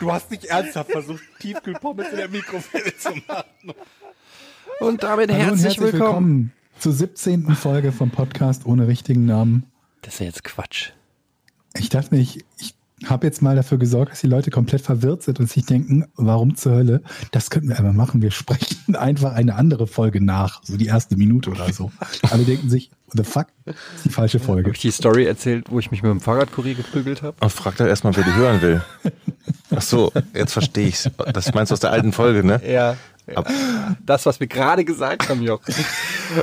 Du hast nicht ernsthaft versucht, Tiefkühlpommes in der Mikrofile zu machen. Und damit Hallo und herzlich, willkommen. zur 17. Folge vom Podcast ohne richtigen Namen. Das ist ja jetzt Quatsch. Ich dachte mir, ich, ich habe jetzt mal dafür gesorgt, dass die Leute komplett verwirrt sind und sich denken, warum zur Hölle? Das könnten wir einmal machen. Wir sprechen einfach eine andere Folge nach, so die erste Minute oder so. Alle denken sich, what the fuck, das ist die falsche Folge. Habe ich die Story erzählt, wo ich mich mit dem Fahrradkurier geprügelt habe? Und frag doch erstmal, wer die hören will. Ach so, jetzt verstehe ich's. Das meinst du aus der alten Folge, ne? Ja. Ab- Das, was wir gerade gesagt haben, Jochen.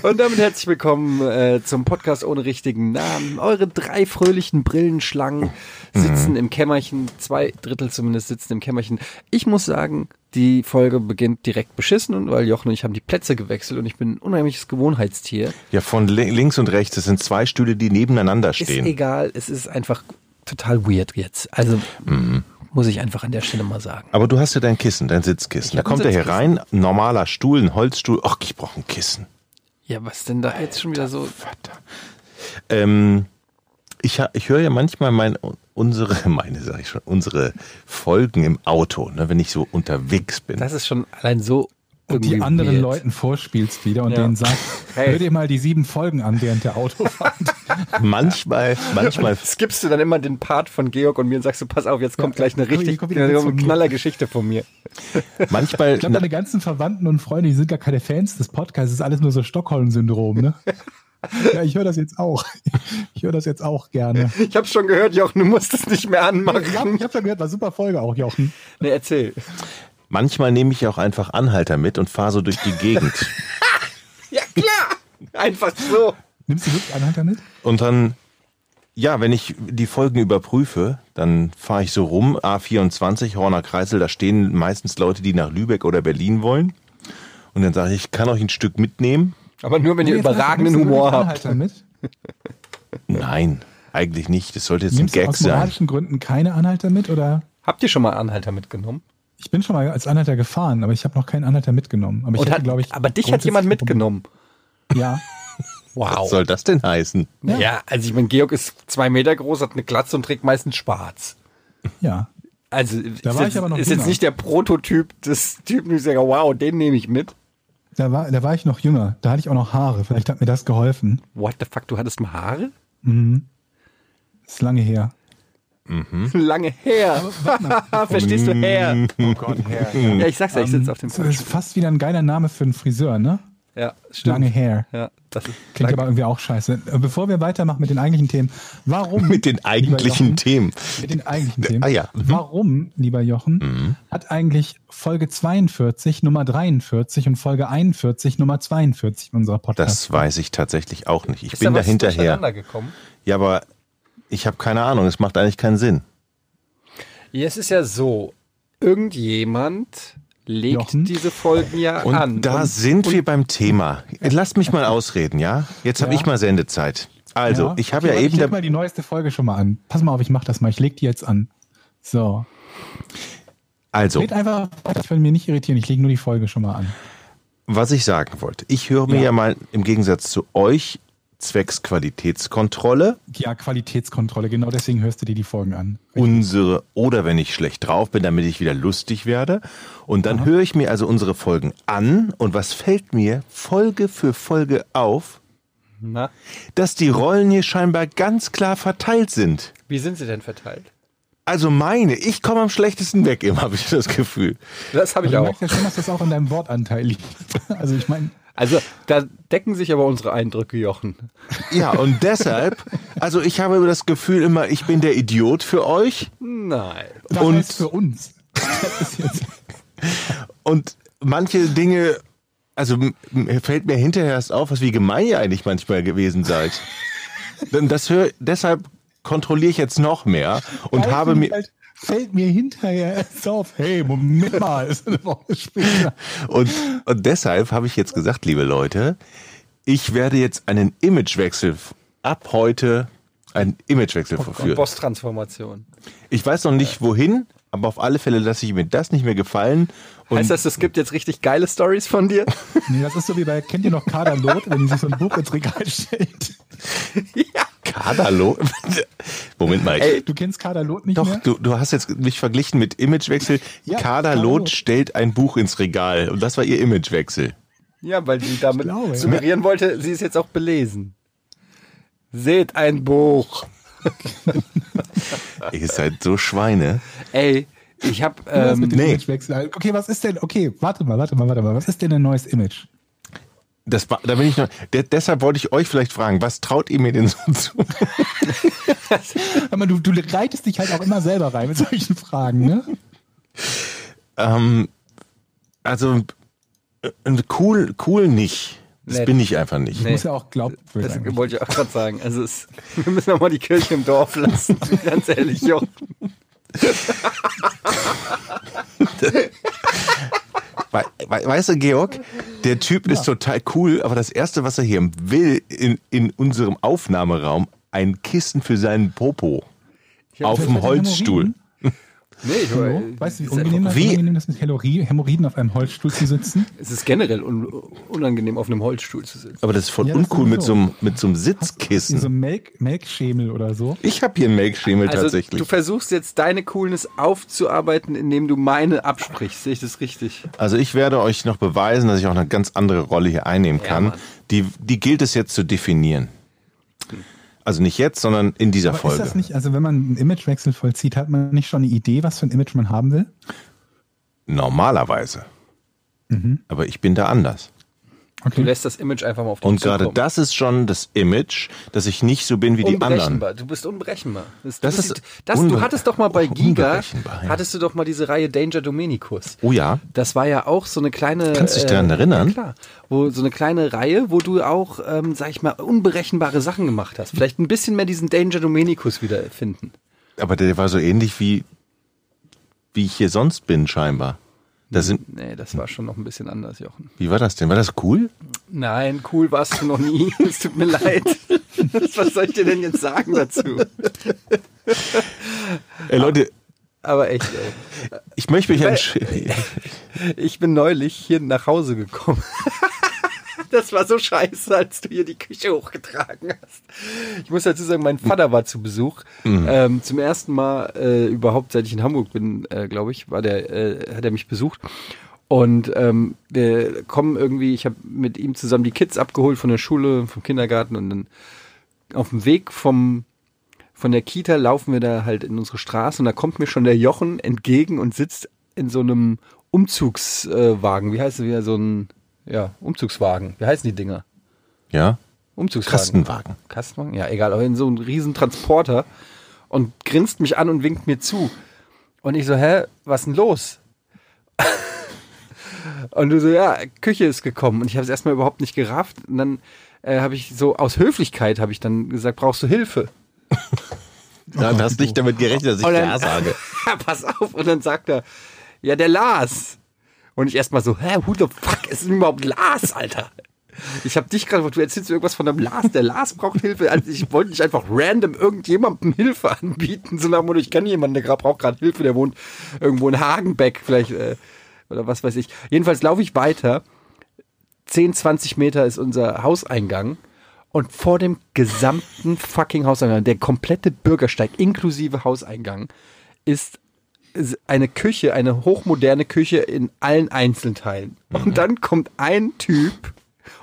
Und damit herzlich willkommen äh, zum Podcast ohne richtigen Namen. Eure drei fröhlichen Brillenschlangen sitzen im Kämmerchen, zwei Drittel zumindest sitzen im Kämmerchen. Ich muss sagen, die Folge beginnt direkt beschissen, und weil Jochen und ich haben die Plätze gewechselt und ich bin ein unheimliches Gewohnheitstier. Ja, von li links und rechts. Das sind zwei Stühle, die nebeneinander stehen. Ist egal, es ist einfach total weird jetzt. Also muss ich einfach an der Stelle mal sagen. Aber du hast ja dein Kissen, dein Sitzkissen. Da hab ein kommt er hier Sitzkissen. rein, normaler Stuhl, ein Holzstuhl. Ach, ich brauche ein Kissen. Ja, was denn da jetzt schon wieder so? Ähm, ich ha- ich höre ja manchmal mein, unsere, meine sag ich schon, unsere Folgen im Auto, ne, wenn ich so unterwegs bin. Das ist schon allein so Und irgendwie die anderen weird. Leuten vorspielst wieder und Ja. denen sagst, Hey. hör dir mal die sieben Folgen an während der Autofahrt. manchmal, manchmal Skippst du dann immer den Part von Georg und mir und sagst du, pass auf, jetzt kommt gleich eine hier richtig kommt wieder ein Witz von mir. Knallergeschichte von mir. Manchmal, Ich glaube, meine ganzen Verwandten und Freunde, die sind gar keine Fans des Podcasts. Das ist alles nur so Stockholm-Syndrom, ne? ja, ich höre das jetzt auch. Ich höre das jetzt auch gerne. Ich hab's schon gehört, Jochen, du musst es nicht mehr Ich habe anmachen. ich hab schon gehört, war super Folge auch, Jochen. Nee, erzähl. manchmal nehme ich auch einfach Anhalter mit und fahre so durch die Gegend. Ja, klar. Einfach so. Nimmst du wirklich Anhalter mit? Und dann, ja, wenn ich die Folgen überprüfe, dann fahre ich so rum, A24, Horner Kreisel, da stehen meistens Leute, die nach Lübeck oder Berlin wollen. Und dann sage ich, ich kann euch ein Stück mitnehmen. Aber nur, wenn ihr Jetzt überragenden nimmst du Humor wirklich habt. Anhalter mit? Nein, eigentlich nicht. Das sollte jetzt Nimmst du ein Gag aus sein. moralischen Gründen keine Anhalter mit? Oder Habt ihr schon mal Anhalter mitgenommen? ich bin schon mal als Anhalter gefahren, aber ich habe noch keinen Anhalter mitgenommen. Aber, ich Und hätte, hat, glaub ich, aber dich hat jemand grundsätzlich- mitgenommen. Ja. Was soll das denn heißen? Ja. Ja. also ich meine, Georg ist zwei Meter groß, hat eine Glatze und trägt meistens schwarz. Ja. Also ist, war ich jetzt, aber noch ist jetzt jünger. nicht der Prototyp des Typen, ich sage, wow, den nehme ich mit. Da war, da war ich noch jünger. Da hatte ich auch noch Haare. Vielleicht hat mir das geholfen. What the fuck, du hattest mal Haare? Ist lange her. Lange her. Verstehst du, her? Oh Gott, Ja, ich sag's ja, ich sitze auf dem Das ist Couch. fast wieder ein geiler Name für einen Friseur, ne? Ja, stimmt. Lange Hair. Ja, das ist Klingt aber irgendwie auch scheiße. Äh, Bevor wir weitermachen mit den eigentlichen Themen, warum. Mit den eigentlichen lieber Themen. Jochen, Mit den eigentlichen Themen. Ah ja. Mhm. Warum, lieber Jochen, hat eigentlich Folge 42 Nummer 43 und Folge 41 Nummer 42 in unserer Podcast? Das weiß ich tatsächlich auch nicht. Ich Ist bin da da was hinterher. durcheinander gekommen? Ja, aber ich habe keine Ahnung. Es macht eigentlich keinen Sinn. Ja, es ist ja so, irgendjemand legt Jochen? diese Folgen ja Und an. da und sind wir beim Thema. Lasst mich mal ausreden, ja? Jetzt habe Ja. ich mal Sendezeit. Also, ich habe ja warte, eben... Ich da- leg mal die neueste Folge schon mal an. Pass mal auf, ich mach das mal. Ich leg die jetzt an. So. also, Red einfach, ich will mir nicht irritieren. Ich lege nur die Folge schon mal an. was ich sagen wollte. Ich höre mir ja. Ja. mal im Gegensatz zu euch zwecks Qualitätskontrolle Ja, Qualitätskontrolle. Genau deswegen hörst du dir die Folgen an. unsere... Oder wenn ich schlecht drauf bin, damit ich wieder lustig werde. Und dann höre ich mir also unsere Folgen an. Und was fällt mir Folge für Folge auf? na, Dass die Rollen hier scheinbar ganz klar verteilt sind. wie sind sie denn verteilt? Also meine, ich komme am schlechtesten weg immer, habe ich das Gefühl. Das habe ich Genau. Also du auch. merkst ja schon, dass das auch an deinem Wortanteil liegt. Also ich meine, Also, da decken sich aber unsere Eindrücke, Jochen. Ja, und deshalb, also ich habe das Gefühl immer, ich bin der Idiot für euch Nein. was Und- heißt für uns? Das ist jetzt, und manche Dinge, also m- m- fällt mir hinterher erst auf, was wie gemein ihr eigentlich manchmal gewesen seid. Denn das hör, deshalb kontrolliere ich jetzt noch mehr und habe mir, Halt, fällt mir hinterher erst auf, hey, Moment mal, ist eine Woche später. Und, und deshalb habe ich jetzt gesagt, liebe Leute, ich werde jetzt einen Imagewechsel f- ab heute einen Imagewechsel verführen. Boss-Transformation. Ich weiß noch nicht wohin, aber auf alle Fälle lasse ich mir das nicht mehr gefallen. Und Heißt das, es gibt jetzt richtig geile Stories von dir? Nee, das ist so wie bei, kennt ihr noch Kader Lot, wenn die sich so ein Buch ins Regal stellt? ja. Kaderlo. Moment mal, ich, Du kennst Kader Lot nicht doch, mehr? du, du hast jetzt mich verglichen mit Imagewechsel. Ja, Kaderlot Kaderlot. stellt ein Buch ins Regal und das war ihr Imagewechsel. Ja, weil sie damit glaube, ja. suggerieren wollte, sie ist jetzt auch belesen. Seht ein Buch. Ihr seid so Schweine. Ey, ich hab, Was ähm, mit dem nee. Imagewechsel? Okay, was ist denn, okay, warte mal, warte mal, warte mal, was ist denn ein neues Image? Das, war- da bin ich noch, de, deshalb wollte ich euch vielleicht fragen, was traut ihr mir denn so zu? Aber du, du reitest dich halt auch immer selber rein mit solchen Fragen, ne? Ähm, also äh, cool, cool nicht. Das Nee. bin ich einfach nicht. Nee. Muss ja auch glaubwürdig das sein. wollte ich auch gerade sagen. Also es, wir müssen auch mal die Kirche im Dorf lassen, ganz ehrlich, Jochen. We we weißt du, Georg, der Typ ist total cool, aber das Erste, was er hier will, in, in unserem Aufnahmeraum, ein Kissen für seinen Popo. Ja, auf dem Holzstuhl. Nee, ich, Hallo? Weißt du, wie ist einfach- unangenehm das, Wie- unangenehm das mit Hämorrhoiden Hämorrhoiden auf einem Holzstuhl zu sitzen? es ist generell un unangenehm, auf einem Holzstuhl zu sitzen. Aber das ist voll Ja, das uncool mit so sowieso. einem, mit so einem In so Sitzkissen. Hm. einem Melk Melkschemel oder so. Ich habe hier einen Melkschemel Also, du tatsächlich. versuchst jetzt deine Coolness aufzuarbeiten, indem du meine absprichst. Sehe ich das richtig? Also ich werde euch noch beweisen, dass ich auch eine ganz andere Rolle hier einnehmen kann. Mann. die, die gilt es jetzt zu definieren. Also nicht jetzt, sondern in dieser Aber ist Folge. das nicht, also wenn man einen Imagewechsel vollzieht, hat man nicht schon eine Idee, was für ein Image man haben will? Normalerweise. Mhm. Aber ich bin da anders. Du Okay. lässt das Image einfach mal auf dich Und gerade zukommen. das ist schon das Image, dass ich nicht so bin wie die anderen. Unberechenbar. Du bist unberechenbar. Das, Das das ist, ist das, du unbe- hattest doch mal bei oh, Giga, unberechenbar, ja. hattest du doch mal diese Reihe Danger Dominicus. Oh ja. Das war ja auch so eine kleine. ähm, Kannst du dich daran erinnern? Ja klar. Wo, so eine kleine Reihe, wo du auch, ähm, sag ich mal, unberechenbare Sachen gemacht hast. Vielleicht ein bisschen mehr diesen Danger Dominicus wiederfinden. Aber der war so ähnlich wie, wie ich hier sonst bin, scheinbar. Mhm. Da sind, Nee, das war schon noch ein bisschen anders, Jochen. wie war das denn? War das cool? Nein, cool warst du noch nie. Es tut mir leid. Was soll ich dir denn jetzt sagen dazu? Ey, Leute, Aber echt, ey. ich möchte mich entschuldigen. ich bin neulich hier nach Hause gekommen. Das war so scheiße, als du hier die Küche hochgetragen hast. Ich muss dazu sagen, mein Vater war zu Besuch. Ähm, zum ersten Mal äh, überhaupt, seit ich in Hamburg bin, äh, glaube ich, war der, äh, hat er mich besucht. Und ähm, wir kommen irgendwie, ich habe mit ihm zusammen die Kids abgeholt von der Schule, vom Kindergarten und dann auf dem Weg vom, von der Kita laufen wir da halt in unsere Straße und da kommt mir schon der Jochen entgegen und sitzt in so einem Umzugswagen. Wie heißt es wieder? So ein ja, Umzugswagen. Wie heißen die Dinger? Ja? Umzugswagen. Kastenwagen. Kastenwagen? Ja, egal. Aber in so einem riesen Transporter und grinst mich an und winkt mir zu. Und ich so, hä, was denn los? und du so, ja, Küche ist gekommen. Und ich habe es erstmal überhaupt nicht gerafft. Und dann äh, habe ich so, aus Höflichkeit habe ich dann gesagt, brauchst du Hilfe? Ja, du hast nicht damit gerechnet, dass ich Und Ja dann- sage. Ja, pass auf. Und dann sagt er, ja, der Lars. Und ich erstmal so, hä, who the fuck ist denn überhaupt Lars, Alter? Ich hab dich gerade, du erzählst mir irgendwas von einem Lars. Der Lars braucht Hilfe. Also ich wollte nicht einfach random irgendjemandem Hilfe anbieten, so nach dem Motto, ich kenne jemanden, der grad- braucht gerade Hilfe, der wohnt irgendwo in Hagenbeck vielleicht äh, oder was weiß ich. Jedenfalls laufe ich weiter. 10, 20 Meter ist unser Hauseingang. Und vor dem gesamten fucking Hauseingang, der komplette Bürgersteig inklusive Hauseingang, ist s- eine Küche, eine hochmoderne Küche in allen Einzelteilen. Und dann kommt ein Typ,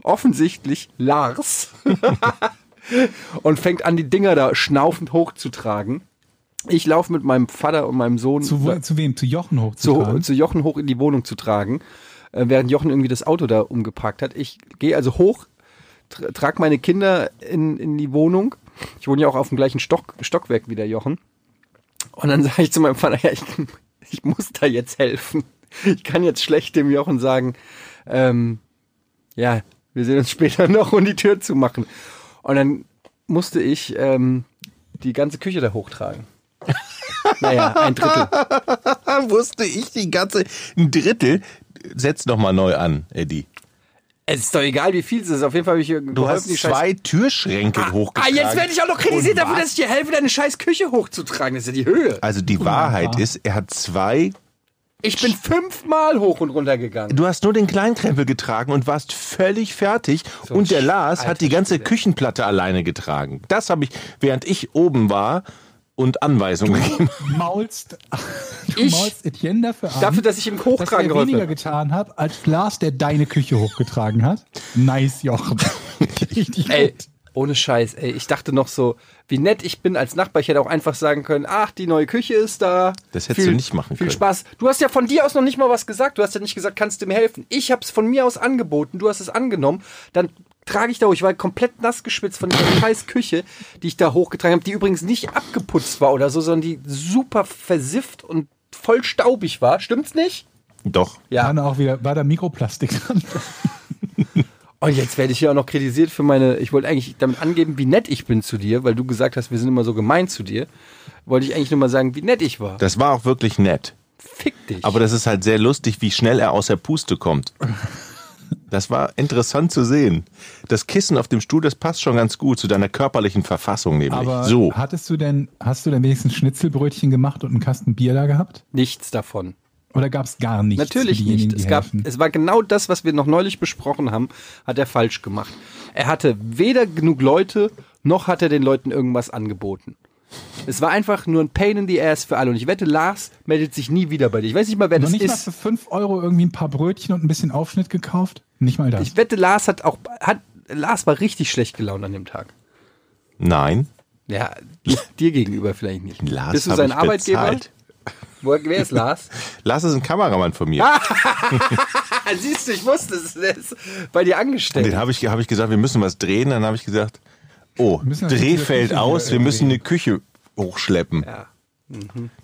offensichtlich Lars, und fängt an, die Dinger da schnaufend hochzutragen. Ich laufe mit meinem Vater und meinem Sohn Zu, wo- zu wem? Zu Jochen zu, hochzutragen? zu Jochen hoch in die Wohnung zu tragen, äh, während Jochen irgendwie das Auto da umgeparkt hat. Ich gehe also hoch, tra trage meine Kinder in, in die Wohnung. Ich wohne ja auch auf dem gleichen Stock, Stockwerk wie der Jochen. Und dann sage ich zu meinem Vater, ja, ich, ich muss da jetzt helfen. Ich kann jetzt schlecht dem Jochen sagen, ähm, ja, wir sehen uns später noch und die Tür zu machen. Und dann musste ich ähm, die ganze Küche da hochtragen. Naja, ein Drittel. Wusste ich die ganze. Ein Drittel. Setz nochmal neu an, Eddie. Es ist doch egal, wie viel es ist. Auf jeden Fall habe ich irgendwie Du hast die Scheiße. zwei Türschränke Ah, hochgetragen. jetzt werde ich auch noch kritisiert Und dafür, was? dass ich dir helfe, deine scheiß Küche hochzutragen. Das ist ja die Höhe. Also die Wahrheit ist, er hat zwei. Ich bin fünfmal hoch und runter gegangen. Du hast nur den Kleinkrempel getragen und warst völlig fertig. und der Lars hat die ganze Küchenplatte alleine getragen. Das habe ich, während ich oben war und Anweisungen gegeben. maulst, du Ich- maulst Etienne dafür an, Dafür, dass ich ihm dass hochtragen er weniger konnte. getan hat, als Lars, der deine Küche hochgetragen hat. Nice, Jochen. Richtig Ey, gut. ohne Scheiß, ey. Ich dachte noch so, wie nett ich bin als Nachbar. Ich hätte auch einfach sagen können, ach, die neue Küche ist da. Das hättest du nicht machen viel können. Spaß. Du hast ja von dir aus noch nicht mal was gesagt. Du hast ja nicht gesagt, kannst du mir helfen. Ich habe es von mir aus angeboten. Du hast es angenommen. Dann trage ich da hoch. Ich war komplett nass geschwitzt von dieser scheiß Küche, die ich da hochgetragen habe, die übrigens nicht abgeputzt war oder so, sondern die super versifft und voll staubig war. Stimmt's nicht? Doch. War da auch wieder, war da Mikroplastik dran? Und jetzt werde ich hier auch noch kritisiert für meine, ich wollte eigentlich damit angeben, wie nett ich bin zu dir, weil du gesagt hast, wir sind immer so gemein zu dir. Wollte ich eigentlich nur mal sagen, wie nett ich war. Das war auch wirklich nett. Fick dich. Aber das ist halt sehr lustig, wie schnell er aus der Puste kommt. Das war interessant zu sehen. Das Kissen auf dem Stuhl, das passt schon ganz gut zu deiner körperlichen Verfassung nämlich. Aber so. hattest du denn, hast du denn wenigstens Schnitzelbrötchen gemacht und einen Kasten Bier da gehabt? nichts davon. Oder gab es gar nichts? Natürlich für diejenigen, nicht. die Es, gab, helfen? es war genau das, was wir noch neulich besprochen haben, hat er falsch gemacht. Er hatte weder genug Leute, noch hat er den Leuten irgendwas angeboten. Es war einfach nur ein Pain in the Ass für alle. Und ich wette, Lars meldet sich nie wieder bei dir. Ich weiß nicht mal, wer Noch das nicht mal ist. für 5 Euro irgendwie ein paar Brötchen und ein bisschen Aufschnitt gekauft? Nicht mal das. Ich wette, Lars hat auch, hat, Lars war richtig schlecht gelaunt an dem Tag. Nein. Ja, dir gegenüber vielleicht nicht. Lars Bist du hab sein ich Arbeitgeber? bezahlt. Wo, wer ist Lars? Lars ist ein Kameramann von mir. ah, siehst du, ich wusste es. Der ist bei dir angestellt. Den habe ich, hab ich gesagt, wir müssen was drehen. Dann habe ich gesagt, oh, müssen das Dreh mit der fällt Küche aus, wieder wir irgendwie- müssen eine Küche hochschleppen.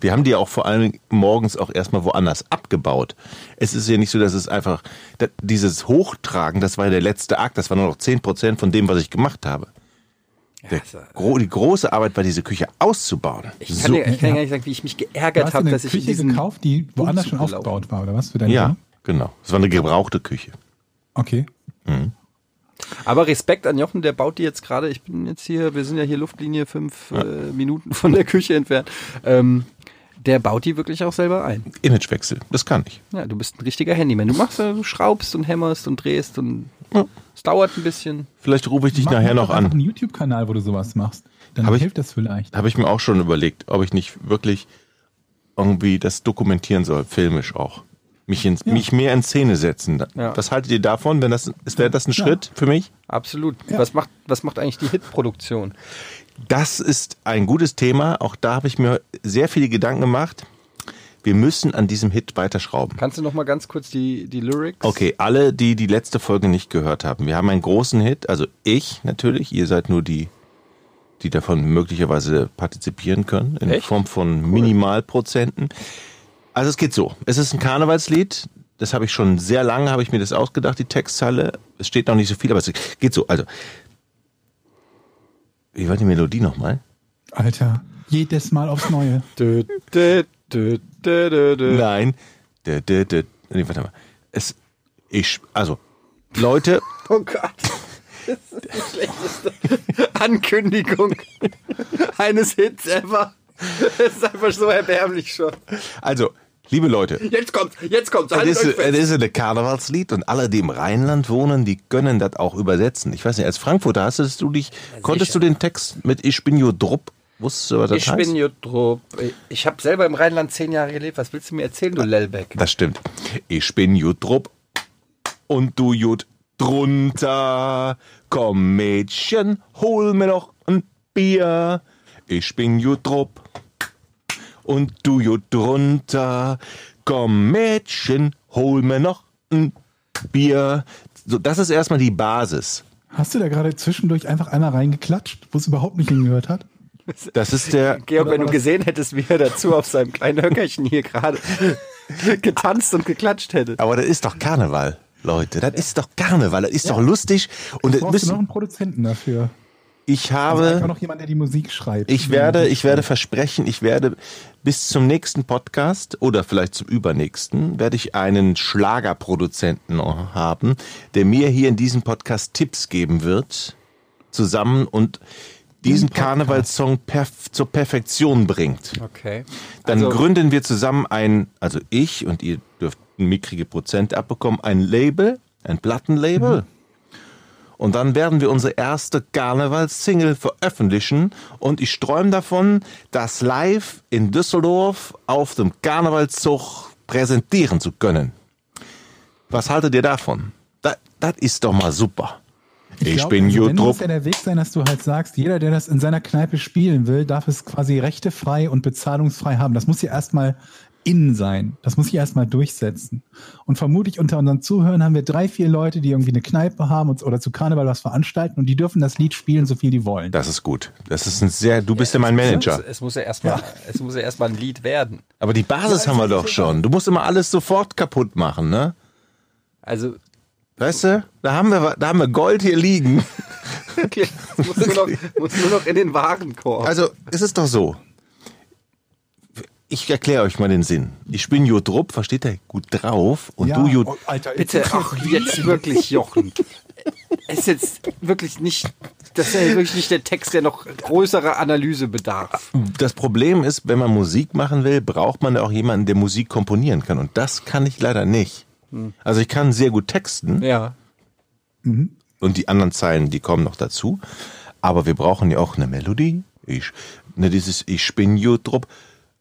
Wir haben die auch vor allem morgens auch erstmal woanders abgebaut. Es ist ja nicht so, dass es einfach, da- dieses Hochtragen, das war ja der letzte Akt, das war nur noch 10% von dem, was ich gemacht habe. Der, also, gro die große Arbeit war, diese Küche auszubauen. Ich kann, dir, ich kann dir gar nicht sagen, wie ich mich du geärgert hast dir habe, eine dass ich in Küche diesem gekauft, die woanders schon Umzug gelaufen aufgebaut war, oder was? Für deine ja, Dinge? genau. Es war eine gebrauchte Küche. Okay. Aber Respekt an Jochen, der baut die jetzt gerade. Ich bin jetzt hier, wir sind ja hier Luftlinie fünf äh, Minuten von der Küche entfernt. Ähm, der baut die wirklich auch selber ein. Imagewechsel, das kann ich. Ja, du bist ein richtiger Handyman. Du machst, äh, du schraubst und hämmerst und drehst und es dauert ein bisschen. Vielleicht rufe ich dich Mach- nachher mach noch doch einfach an. einen YouTube-Kanal, wo du sowas machst. Dann Hab ich- hilft das vielleicht. Habe ich mir auch schon überlegt, ob ich nicht wirklich irgendwie das dokumentieren soll, filmisch auch. Mich, ins, mich mehr in Szene setzen. Ja. Was haltet ihr davon? Wenn das, ist- wäre das ein Schritt für mich? Absolut. Was macht, was macht eigentlich die Hitproduktion? Das ist ein gutes Thema. Auch da habe ich mir sehr viele Gedanken gemacht. Wir müssen an diesem Hit weiterschrauben. Kannst du noch mal ganz kurz die, die Lyrics? Okay, alle, die die letzte Folge nicht gehört haben. Wir haben einen großen Hit, also ich natürlich. Ihr seid nur die, die davon möglicherweise partizipieren können, in Echt? Form von Minimalprozenten. Also es geht so. Es ist ein Karnevalslied. Das habe ich schon sehr lange, habe ich mir das ausgedacht, die Textzeile. Es steht noch nicht so viel, aber es geht so. Also, wie war die Melodie nochmal? Alter, jedes Mal aufs Neue. Dö, dö, dö, dö, dö, dö. Nein. Dö, dö, dö. Nee, warte mal. Es, ich, also, Leute, Oh Gott. Das ist die schlechteste Ankündigung eines Hits ever. Das ist einfach so erbärmlich schon. also, liebe Leute, Jetzt kommt's, jetzt kommt's. Es Haltet euch ist, äh, fest. es ist ein Karnevalslied und alle, die im Rheinland wohnen, die können das auch übersetzen. Ich weiß nicht, als Frankfurter hast du dich, konntest du den Text mit Ich bin Jodrup, wusstest du, was das Ich heißt? bin Jutrup. Ich habe selber im Rheinland zehn Jahre gelebt. Was willst du mir erzählen, du Lellbeck? das stimmt. Ich bin Jodrup und du Jod drunter. Komm Mädchen, hol mir noch ein Bier. Ich bin Jodrup und du Jod drunter. Komm Mädchen, hol mir noch ein Bier. So, das ist erstmal die Basis. Hast du da gerade zwischendurch einfach einmal reingeklatscht, wo es überhaupt nicht hingehört hat? Das ist der. Georg, wenn du gesehen hättest, wie er dazu auf seinem kleinen Höckerchen hier gerade getanzt und geklatscht hätte. Aber das ist doch Karneval, Leute. Das ist doch Karneval. Das ist doch lustig. Und das Brauchst du noch müssen, einen Produzenten dafür? Ich Also einfach habe, noch jemand, der die Musik schreibt. ich werde, ich werde versprechen, ich werde bis zum nächsten Podcast oder vielleicht zum übernächsten, werde ich einen Schlagerproduzenten haben, der mir hier in diesem Podcast Tipps geben wird, zusammen und diesen Karnevalssong perf zur Perfektion bringt. Okay. Dann Also- gründen wir zusammen ein, also ich und ihr dürft ein mickrige Prozent abbekommen, ein Label, ein Plattenlabel. Und dann werden wir unsere erste Karnevals-Single veröffentlichen und ich träume davon, das live in Düsseldorf auf dem Karnevalszug präsentieren zu können. Was haltet ihr davon? Das, das ist doch mal super. Ich, glaub, bin also, Dann muss Jutrup. ja der Weg sein, dass du halt sagst, jeder, der das in seiner Kneipe spielen will, darf es quasi rechtefrei und bezahlungsfrei haben. Das muss ja erstmal in sein. Das muss ich erstmal durchsetzen. Und vermutlich unter unseren Zuhörern haben wir drei, vier Leute, die irgendwie eine Kneipe haben und, oder zu Karneval was veranstalten und die dürfen das Lied spielen, so viel die wollen. Das ist gut. Das ist ein sehr, du bist ja mein Manager. Es, es muss ja erstmal es muss ja erstmal ein Lied werden. Aber die Basis haben wir doch schon. Du musst immer alles sofort kaputt machen, ne? Also Weißt du? Da haben wir, wa- da haben wir Gold hier liegen. okay, es muss nur, noch, muss nur noch in den Warenkorb. Also, es ist doch so. Ich erkläre euch mal den Sinn. Ich bin Jodrup, versteht ihr? Gut drauf. Und Ja, du, Jod oh, Alter, jetzt Bitte, ist das ach, Lied. jetzt wirklich, Jochen. Es ist jetzt wirklich nicht, das ist ja wirklich nicht der Text, der noch größerer Analyse bedarf. das Problem ist, wenn man Musik machen will, braucht man ja auch jemanden, der Musik komponieren kann. Und das kann ich leider nicht. Also, ich kann sehr gut texten. Ja. Und die anderen Zeilen, die kommen noch dazu. Aber wir brauchen ja auch eine Melodie. Ich, ne, dieses Ich bin Jutrup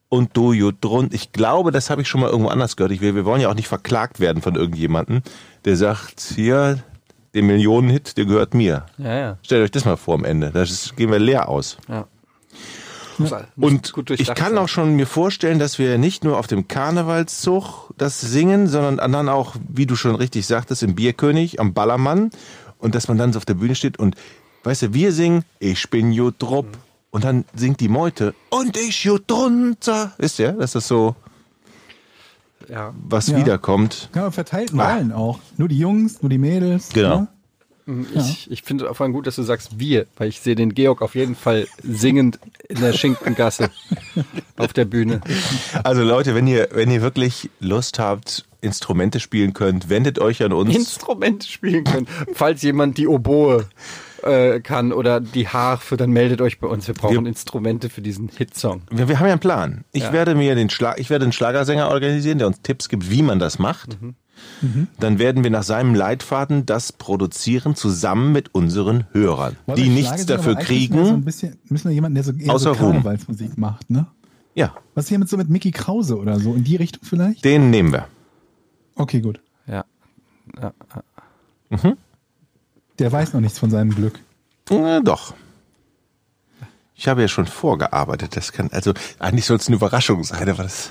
und du Jutrund. Ich glaube, das habe ich schon mal irgendwo anders gehört. Ich will, wir wollen ja auch nicht verklagt werden von irgendjemandem, der sagt, hier, der Millionenhit, der gehört mir. Ja, ja. Stellt euch das mal vor am Ende. Da gehen wir leer aus. Muss, halt- muss Und ich durchdacht kann sein. auch schon mir vorstellen, dass wir nicht nur auf dem Karnevalszug das singen, sondern dann auch, wie du schon richtig sagtest, im Bierkönig, am Ballermann. Und dass man dann so auf der Bühne steht und, weißt du, wir singen, ich bin Jutrup. Mhm. Und dann singt die Meute, und ich Jutrunter. Ist ja, dass das so Ja. was Ja. wiederkommt. Ja, verteilten Wahlen auch. Nur die Jungs, nur die Mädels. Genau. ne? Ich, ich finde auf allem gut, dass du sagst wir, weil ich sehe den Georg auf jeden Fall singend in der Schinkengasse auf der Bühne. Also Leute, wenn ihr, wenn ihr wirklich Lust habt, Instrumente spielen könnt, wendet euch an uns. Instrumente spielen können. Falls jemand die Oboe äh, kann oder die Harfe, dann meldet euch bei uns. Wir brauchen Wir- Instrumente für diesen Hitsong. wir, wir haben ja einen Plan. Ich werde mir den Schlag, ich werde einen Schlagersänger organisieren, der uns Tipps gibt, wie man das macht. Dann werden wir nach seinem Leitfaden das produzieren zusammen mit unseren Hörern, Weil die bei nichts Schlager sind dafür aber eigentlich mehr So ein kriegen. bisschen, müssen wir jemanden, der so eher Außer so Ruhm. Karnevalsmusik macht, ne? Ja, Was ist hier mit so mit Mickey Krause oder so? In die Richtung vielleicht? den nehmen wir. Okay, gut. Ja. Mhm. Der weiß noch nichts von seinem Glück. Äh, doch. Ich habe ja schon vorgearbeitet. Das kann also eigentlich soll es eine Überraschung sein, aber das.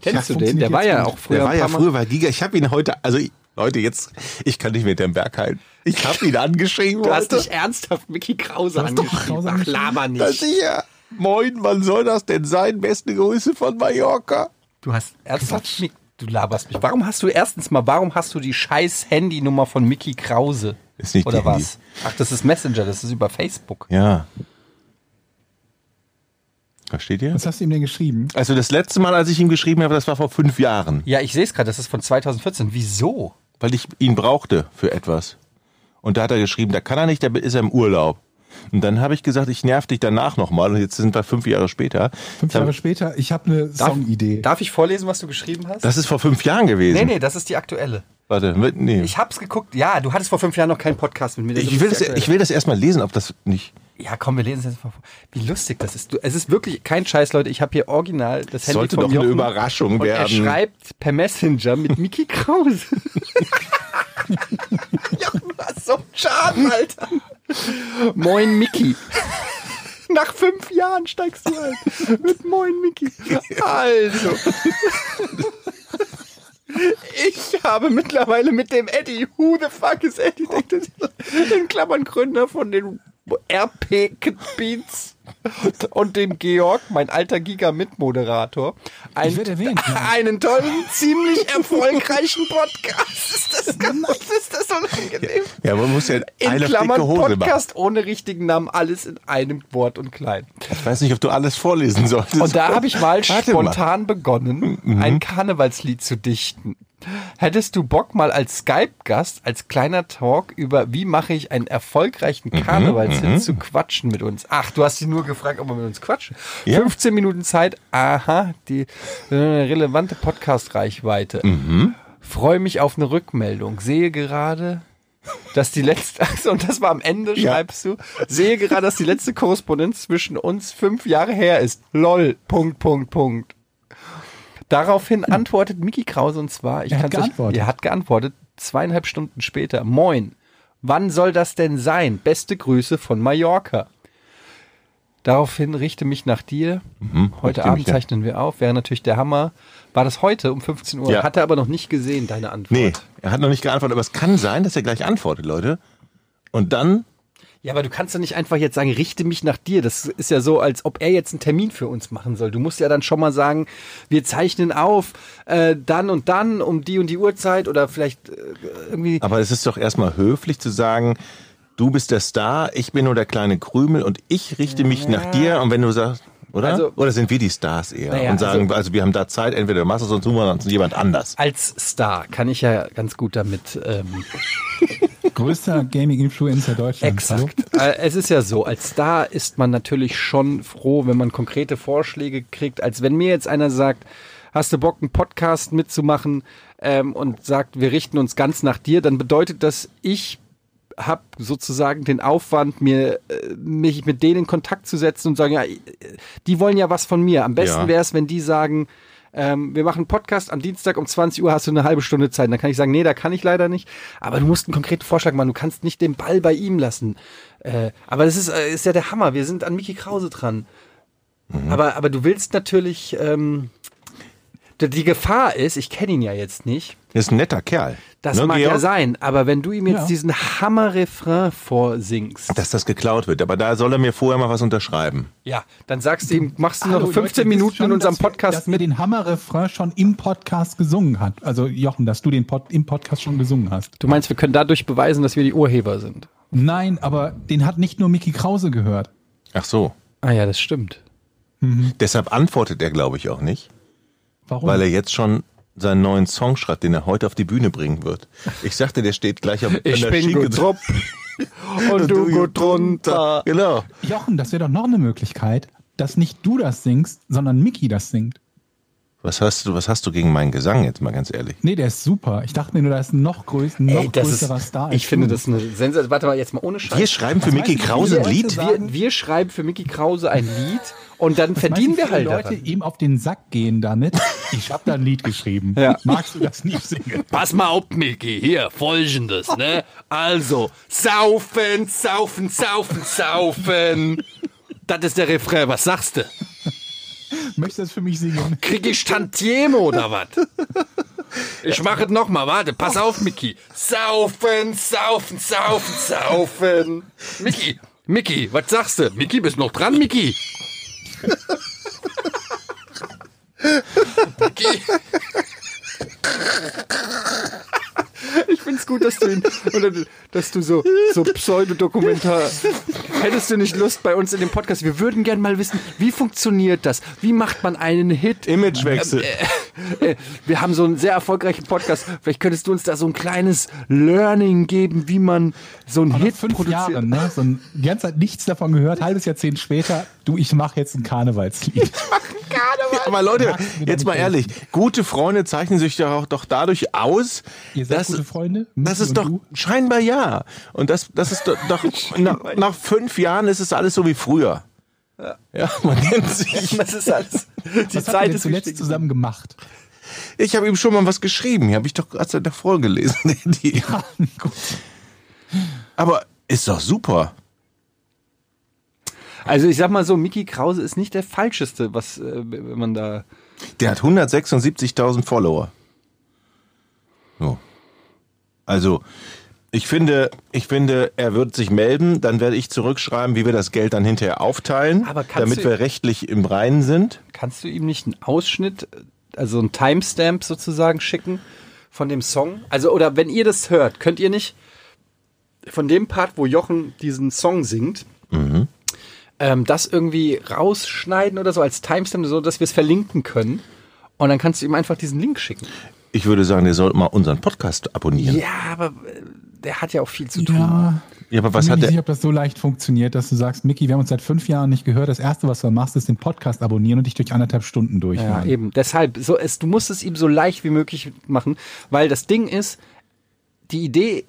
Kennst Ja, du den? Der funktioniert war ja jetzt auch gut. früher. Der war ein ja paar Mal- früher bei Giga. Ich habe ihn heute, also ich, Leute, jetzt, ich kann nicht mehr den Berg halten. Ich habe ihn angeschrieben. Du hast heute. dich ernsthaft Mickey Krause hast doch angeschrieben. Krause Ach, angeschrieben. laber Ja, nicht. sicher. Moin, wann soll das denn sein? Beste Grüße von Mallorca. Du hast ernsthaft Mick- Du laberst mich. Warum hast du erstens mal, warum hast du die scheiß Handynummer von Mickey Krause? Ist nicht Oder die was? Ach, das ist Messenger, das ist über Facebook. Ja. Versteht ihr? Was hast du ihm denn geschrieben? Also das letzte Mal, als ich ihm geschrieben habe, das war vor fünf Jahren, Ja, ich sehe es gerade, das ist von 2014. Wieso? weil ich ihn brauchte für etwas. Und da hat er geschrieben, da kann er nicht, da ist er im Urlaub. Und dann habe ich gesagt, ich nerv dich danach nochmal. Und jetzt sind wir fünf Jahre später. Fünf Jahre später, ich habe eine Songidee. Darf ich vorlesen, was du geschrieben hast? Das ist vor fünf Jahren gewesen. nee, nee, das ist die aktuelle. Warte, nee. Ich hab's geguckt. Ja, du hattest vor fünf Jahren noch keinen Podcast mit mir. Das Ich ist will, die das, aktuelle. ich will das erstmal lesen, ob das nicht. Ja, komm, wir lesen es jetzt mal vor. Wie lustig das ist. Du, es ist wirklich kein Scheiß, Leute. Ich habe hier original das Handy Sollte von doch eine Jochen Überraschung und Er werden. schreibt per Messenger mit Mickey Krause. Jochen, was so ein Schaden, Alter. Moin Mickey. Nach fünf Jahren steigst du ein mit Moin Mickey. Also. Ich habe mittlerweile mit dem Eddie, who the fuck is Eddie, denkt er sich, in Klammern Gründer von den RP Kid Beats und dem Georg, mein alter Giga-Mitmoderator, einen- Ich werde erwähnt, ja. einen tollen, ziemlich erfolgreichen Podcast. Ist das, ganz, ist das unangenehm? Ja, man muss ja In eine Klammern dicke Hose machen. Podcast ohne richtigen Namen, alles in einem Wort und klein. Ich weiß nicht, ob du alles vorlesen solltest. Und da habe ich mal Warte Mhm. spontan begonnen, ein Karnevalslied zu dichten. Hättest du Bock mal als Skype-Gast, als kleiner Talk über wie mache ich einen erfolgreichen Mhm, Karnevalshit zu quatschen mit uns? Ach, du hast sie nur gefragt, ob wir mit uns quatschen. Ja. 15 Minuten Zeit, aha, die äh, relevante Podcast-Reichweite. Mhm. Freue mich auf eine Rückmeldung. Sehe gerade, dass die letzte, also, und das war am Ende, schreibst du, sehe gerade, dass die letzte Korrespondenz zwischen uns fünf Jahre her ist. Lol, Punkt, Punkt, Punkt. Daraufhin antwortet Mickey Krause und zwar, ich Er hat kann's euch- geantwortet. er hat geantwortet, zweieinhalb Stunden später, moin, wann soll das denn sein? Beste Grüße von Mallorca. Daraufhin richte mich nach dir. heute richte mich, Abend ja. zeichnen wir auf. Wäre natürlich der Hammer. War das heute um 15 Uhr? Ja. Hat er aber noch nicht gesehen, deine Antwort. Nee, er hat noch nicht geantwortet, aber es kann sein, dass er gleich antwortet, Leute. Und dann, Ja, aber du kannst doch nicht einfach jetzt sagen, richte mich nach dir. Das ist ja so, als ob er jetzt einen Termin für uns machen soll. Du musst ja dann schon mal sagen, wir zeichnen auf, äh, dann und dann, um die und die Uhrzeit oder vielleicht äh, irgendwie. aber es ist doch erstmal höflich zu sagen, du bist der Star, ich bin nur der kleine Krümel und ich richte mich nach dir. Und wenn du sagst, oder? Also- oder sind wir die Stars eher? Naja, und sagen, also, wir haben da Zeit, entweder du machst es, sonst tun wir sonst jemand anders. Als Star kann ich ja ganz gut damit. Ähm, Größter Gaming-Influencer Deutschlands. exakt. Äh, es ist ja so, als Star ist man natürlich schon froh, wenn man konkrete Vorschläge kriegt, als wenn mir jetzt einer sagt, hast du Bock, einen Podcast mitzumachen ähm, und sagt, wir richten uns ganz nach dir, dann bedeutet das, ich habe sozusagen den Aufwand, mir äh, mich mit denen in Kontakt zu setzen und sagen, ja, äh, die wollen ja was von mir. Am besten Ja. wäre es, wenn die sagen, ähm, wir machen einen Podcast am Dienstag um 20 Uhr, hast du eine halbe Stunde Zeit. Und Dann kann ich sagen, nee, da kann ich leider nicht. Aber du musst einen konkreten Vorschlag machen. Du kannst nicht den Ball bei ihm lassen. Äh, aber das ist, äh, ist ja der Hammer. Wir sind an Mickey Krause dran. Aber, aber du willst natürlich, ähm, die- die Gefahr ist, ich kenne ihn ja jetzt nicht, Das ist ein netter Kerl. das Ne, mag ja Georg? sein, aber wenn du ihm jetzt Ja. diesen Hammer-Refrain vorsingst, Dass das geklaut wird. Aber da soll er mir vorher mal was unterschreiben. ja, dann sagst du ihm, machst du Hallo, noch 15 Leute, ihr Minuten wisst schon, in unserem dass wir- Podcast dass mit den Hammer-Refrain schon im Podcast gesungen hat. Also Jochen, dass du den Pod, im Podcast schon gesungen hast. Du meinst, wir können dadurch beweisen, dass wir die Urheber sind? Nein, aber den hat nicht nur Mickey Krause gehört. Ach so. Ah ja, das stimmt. Deshalb antwortet er, glaube ich, auch nicht, Warum? weil er jetzt schon seinen neuen Song schreibt, den er heute auf die Bühne bringen wird. Ich sagte, der steht gleich auf an der Schinke dran. und du gut drunter. Genau. Jochen, das wäre doch noch eine Möglichkeit, dass nicht du das singst, sondern Mickey das singt. Was hast du, was hast du gegen meinen Gesang jetzt mal ganz ehrlich? Nee, der ist super. Ich dachte mir nur, da ist ein noch, größ, noch Ey, das ist, größerer Star. als ich finde du. das eine Sensation. Warte mal, jetzt mal ohne Wir Scheiß. schreiben für Mickey weiß ich, Krause ein wie Lied. Leute Wir, wir schreiben für Mickey Krause ein Lied und dann Meinst verdienen du, wir viele halt Leute daran. ihm auf den Sack gehen damit. Ich habe da ein Lied geschrieben. Ja. Magst du das nicht singen? Pass mal auf, Micky, hier, folgendes, ne? Also, saufen, saufen, saufen, saufen. Das ist der Refrain, was sagst du? Möchtest du das für mich singen? Krieg ich Tantieme oder was? Ich mach es nochmal, warte, pass Oh. auf, Micky. Saufen, saufen, saufen, saufen. Micky, Micky, was sagst du? Micky, bist noch dran, Micky? Micky. Ich find's gut, dass du ihn, oder, dass du so, so Pseudodokumentar. Hättest du nicht Lust bei uns in dem Podcast? Wir würden gerne mal wissen, wie funktioniert das? Wie macht man einen Hit? Imagewechsel. Äh, wir haben so einen sehr erfolgreichen Podcast. Vielleicht könntest du uns da so ein kleines Learning geben, wie man so einen Nach Hit fünf produziert. Jahren, ne? So ein, die ganze Zeit nichts davon gehört, halbes Jahrzehnt später, du, ich mache jetzt ein Karnevalslied. Aber Leute, jetzt mal nicht ehrlich, gute Freunde zeichnen sich doch, auch- doch dadurch aus, Ihr seid gute Freunde? das Micky ist und doch du? scheinbar ja. Und das, das ist doch, doch nach, nach fünf Jahren ist es alles so wie früher. Ja, man kennt sich. Das ist alles. Die Was habt ihr Zeit denn ist zuletzt wichtig. zusammen gemacht? Ich habe ihm schon mal was geschrieben. Hier habe ich doch gerade da vorgelesen. Die- Aber ist doch super. Also ich sag mal so, Mickey Krause ist nicht der falscheste, was äh, wenn man da. Der hat 176.000 Follower. So. Also, Ich finde, ich finde, er wird sich melden, dann werde ich zurückschreiben, wie wir das Geld dann hinterher aufteilen, Aber kannst damit du- wir rechtlich im Reinen sind. Kannst du ihm nicht einen Ausschnitt, also einen Timestamp sozusagen schicken von dem Song? Also, oder wenn ihr das hört, könnt ihr nicht von dem Part, wo Jochen diesen Song singt, ähm, das irgendwie rausschneiden oder so als Timestamp, so dass wir es verlinken können. Und dann kannst du ihm einfach diesen Link schicken. Ich würde sagen, ihr sollt mal unseren Podcast abonnieren. Ja, aber äh, der hat ja auch viel zu tun. Ja, Ja, aber was was bin mir hat nicht der? sicher, ob das so leicht funktioniert, dass du sagst, Micky, wir haben uns seit fünf Jahren nicht gehört. Das Erste, was du machst, ist den Podcast abonnieren und dich durch anderthalb Stunden Ja, durchhören. eben. Deshalb, so, es, du musst es ihm so leicht wie möglich machen, weil das Ding ist, die Idee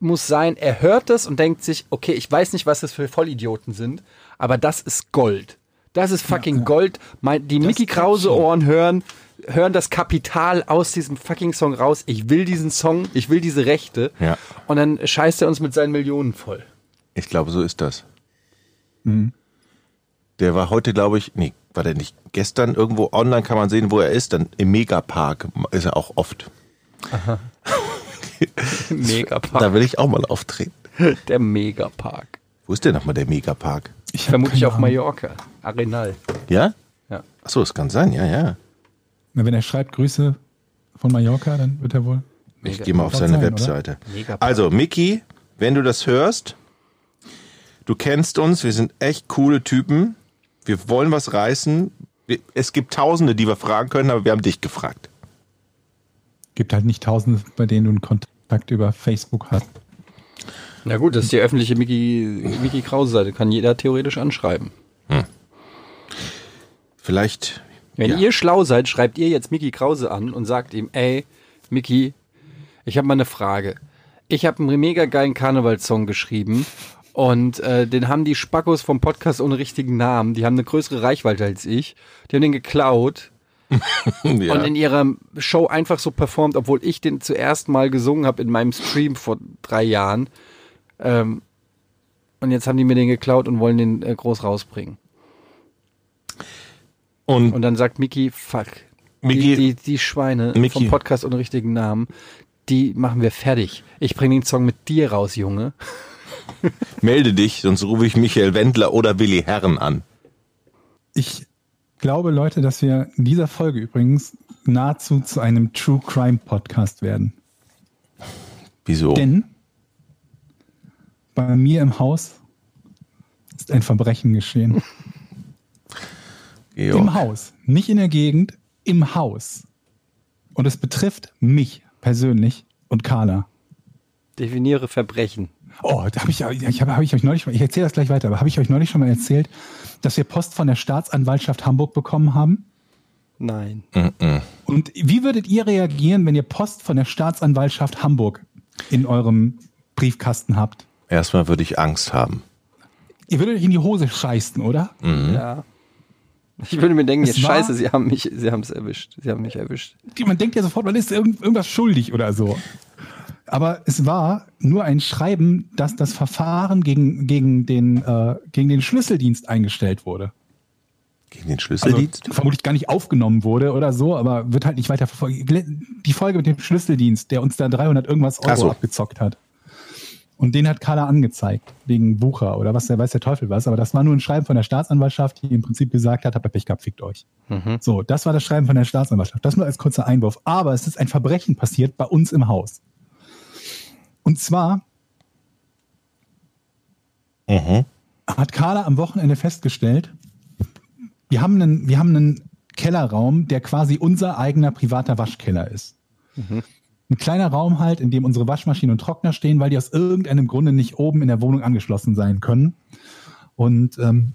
muss sein, er hört das und denkt sich, okay, ich weiß nicht, was das für Vollidioten sind, aber das ist Gold. Das ist fucking Gold. Mein, die Mickey Krause Ohren hören, hören das Kapital aus diesem fucking Song raus. Ich will diesen Song, ich will diese Rechte. Ja. Und dann scheißt er uns mit seinen Millionen voll. Ich glaube, so ist das. Der war heute, glaube ich, nee, war der nicht gestern irgendwo online kann man sehen, wo er ist. Dann im Megapark ist er auch oft. Da Megapark. will ich auch mal auftreten. Der Megapark. Wo ist denn nochmal der Megapark? Ich hab Vermutlich keine auf Ahnung. Mallorca. Arenal. Ja? Ja. Ach so, es kann sein, ja, ja. Na, Wenn er schreibt Grüße von Mallorca, dann wird er wohl. Ich gehe mal auf seine sein, oder? Webseite. Also, Mickey, wenn du das hörst, du kennst uns, wir sind echt coole Typen. Wir wollen was reißen. Wir- Es gibt Tausende, die wir fragen können, aber wir haben dich gefragt. Gibt halt nicht Tausende, bei denen du einen Kontakt über Facebook hast. Na gut, das ist die öffentliche Mickey, Mickey Krause-Seite. Kann jeder theoretisch anschreiben. Vielleicht. Wenn ja. ihr schlau seid, schreibt ihr jetzt Mickey Krause an und sagt ihm, ey, Mickey, ich habe mal eine Frage. Ich habe einen mega geilen Karnevalssong geschrieben und äh, den haben die Spackos vom Podcast ohne richtigen Namen, die haben eine größere Reichweite als ich, die haben den geklaut ja. und in ihrer Show einfach so performt, obwohl ich den zuerst mal gesungen habe in meinem Stream vor drei Jahren. Ähm, und jetzt haben die mir den geklaut und wollen den äh, groß rausbringen. und Und dann sagt Miki, fuck, Miki- die, die, die Schweine Miki. vom Podcast ohne richtigen Namen, die machen wir fertig. Ich bringe den Song mit dir raus, Junge. melde dich, sonst rufe ich Michael Wendler oder Willi Herren an. Ich glaube, Leute, dass wir in dieser Folge übrigens nahezu zu einem True Crime Podcast werden. Wieso? Denn bei mir im Haus ist ein Verbrechen geschehen. Jo. Im Haus, nicht in der Gegend, im Haus. Und es betrifft mich persönlich und Carla. Definiere Verbrechen. Oh, da habe ich, ja- ich habe hab ich euch neulich, ich erzähle das gleich weiter, aber habe ich euch neulich schon mal erzählt, dass wir Post von der Staatsanwaltschaft Hamburg bekommen haben? Nein. Und wie würdet ihr reagieren, wenn ihr Post von der Staatsanwaltschaft Hamburg in eurem Briefkasten habt? Erstmal würde ich Angst haben. Ihr würdet euch in die Hose scheißen, oder? Ja. Ich würde mir denken, Es jetzt war- scheiße, sie haben mich, sie haben es erwischt. Sie haben mich erwischt. Die- Man denkt ja sofort, man ist irgend, irgendwas schuldig oder so. Aber es war nur ein Schreiben, dass das Verfahren gegen, gegen, den, äh, gegen den Schlüsseldienst eingestellt wurde. Gegen den Also, Schlüsseldienst? vermutlich gar nicht aufgenommen wurde oder so, aber wird halt nicht weiter verfolgt. Die Folge mit dem Schlüsseldienst, der uns da 300 irgendwas Ach Euro so. abgezockt hat. Und den hat Carla angezeigt, wegen Bucher oder was, der weiß der Teufel was. Aber das war nur ein Schreiben von der Staatsanwaltschaft, die im Prinzip gesagt hat, habt ihr Pech gehabt, fickt euch. Mhm. So, das war das Schreiben von der Staatsanwaltschaft. Das nur als kurzer Einwurf. Aber es ist ein Verbrechen passiert bei uns im Haus. Und zwar Mhm. hat Carla am Wochenende festgestellt, wir haben einen, wir haben einen Kellerraum, der quasi unser eigener privater Waschkeller ist. Ein kleiner Raum halt, in dem unsere Waschmaschine und Trockner stehen, weil die aus irgendeinem Grunde nicht oben in der Wohnung angeschlossen sein können. Und ähm,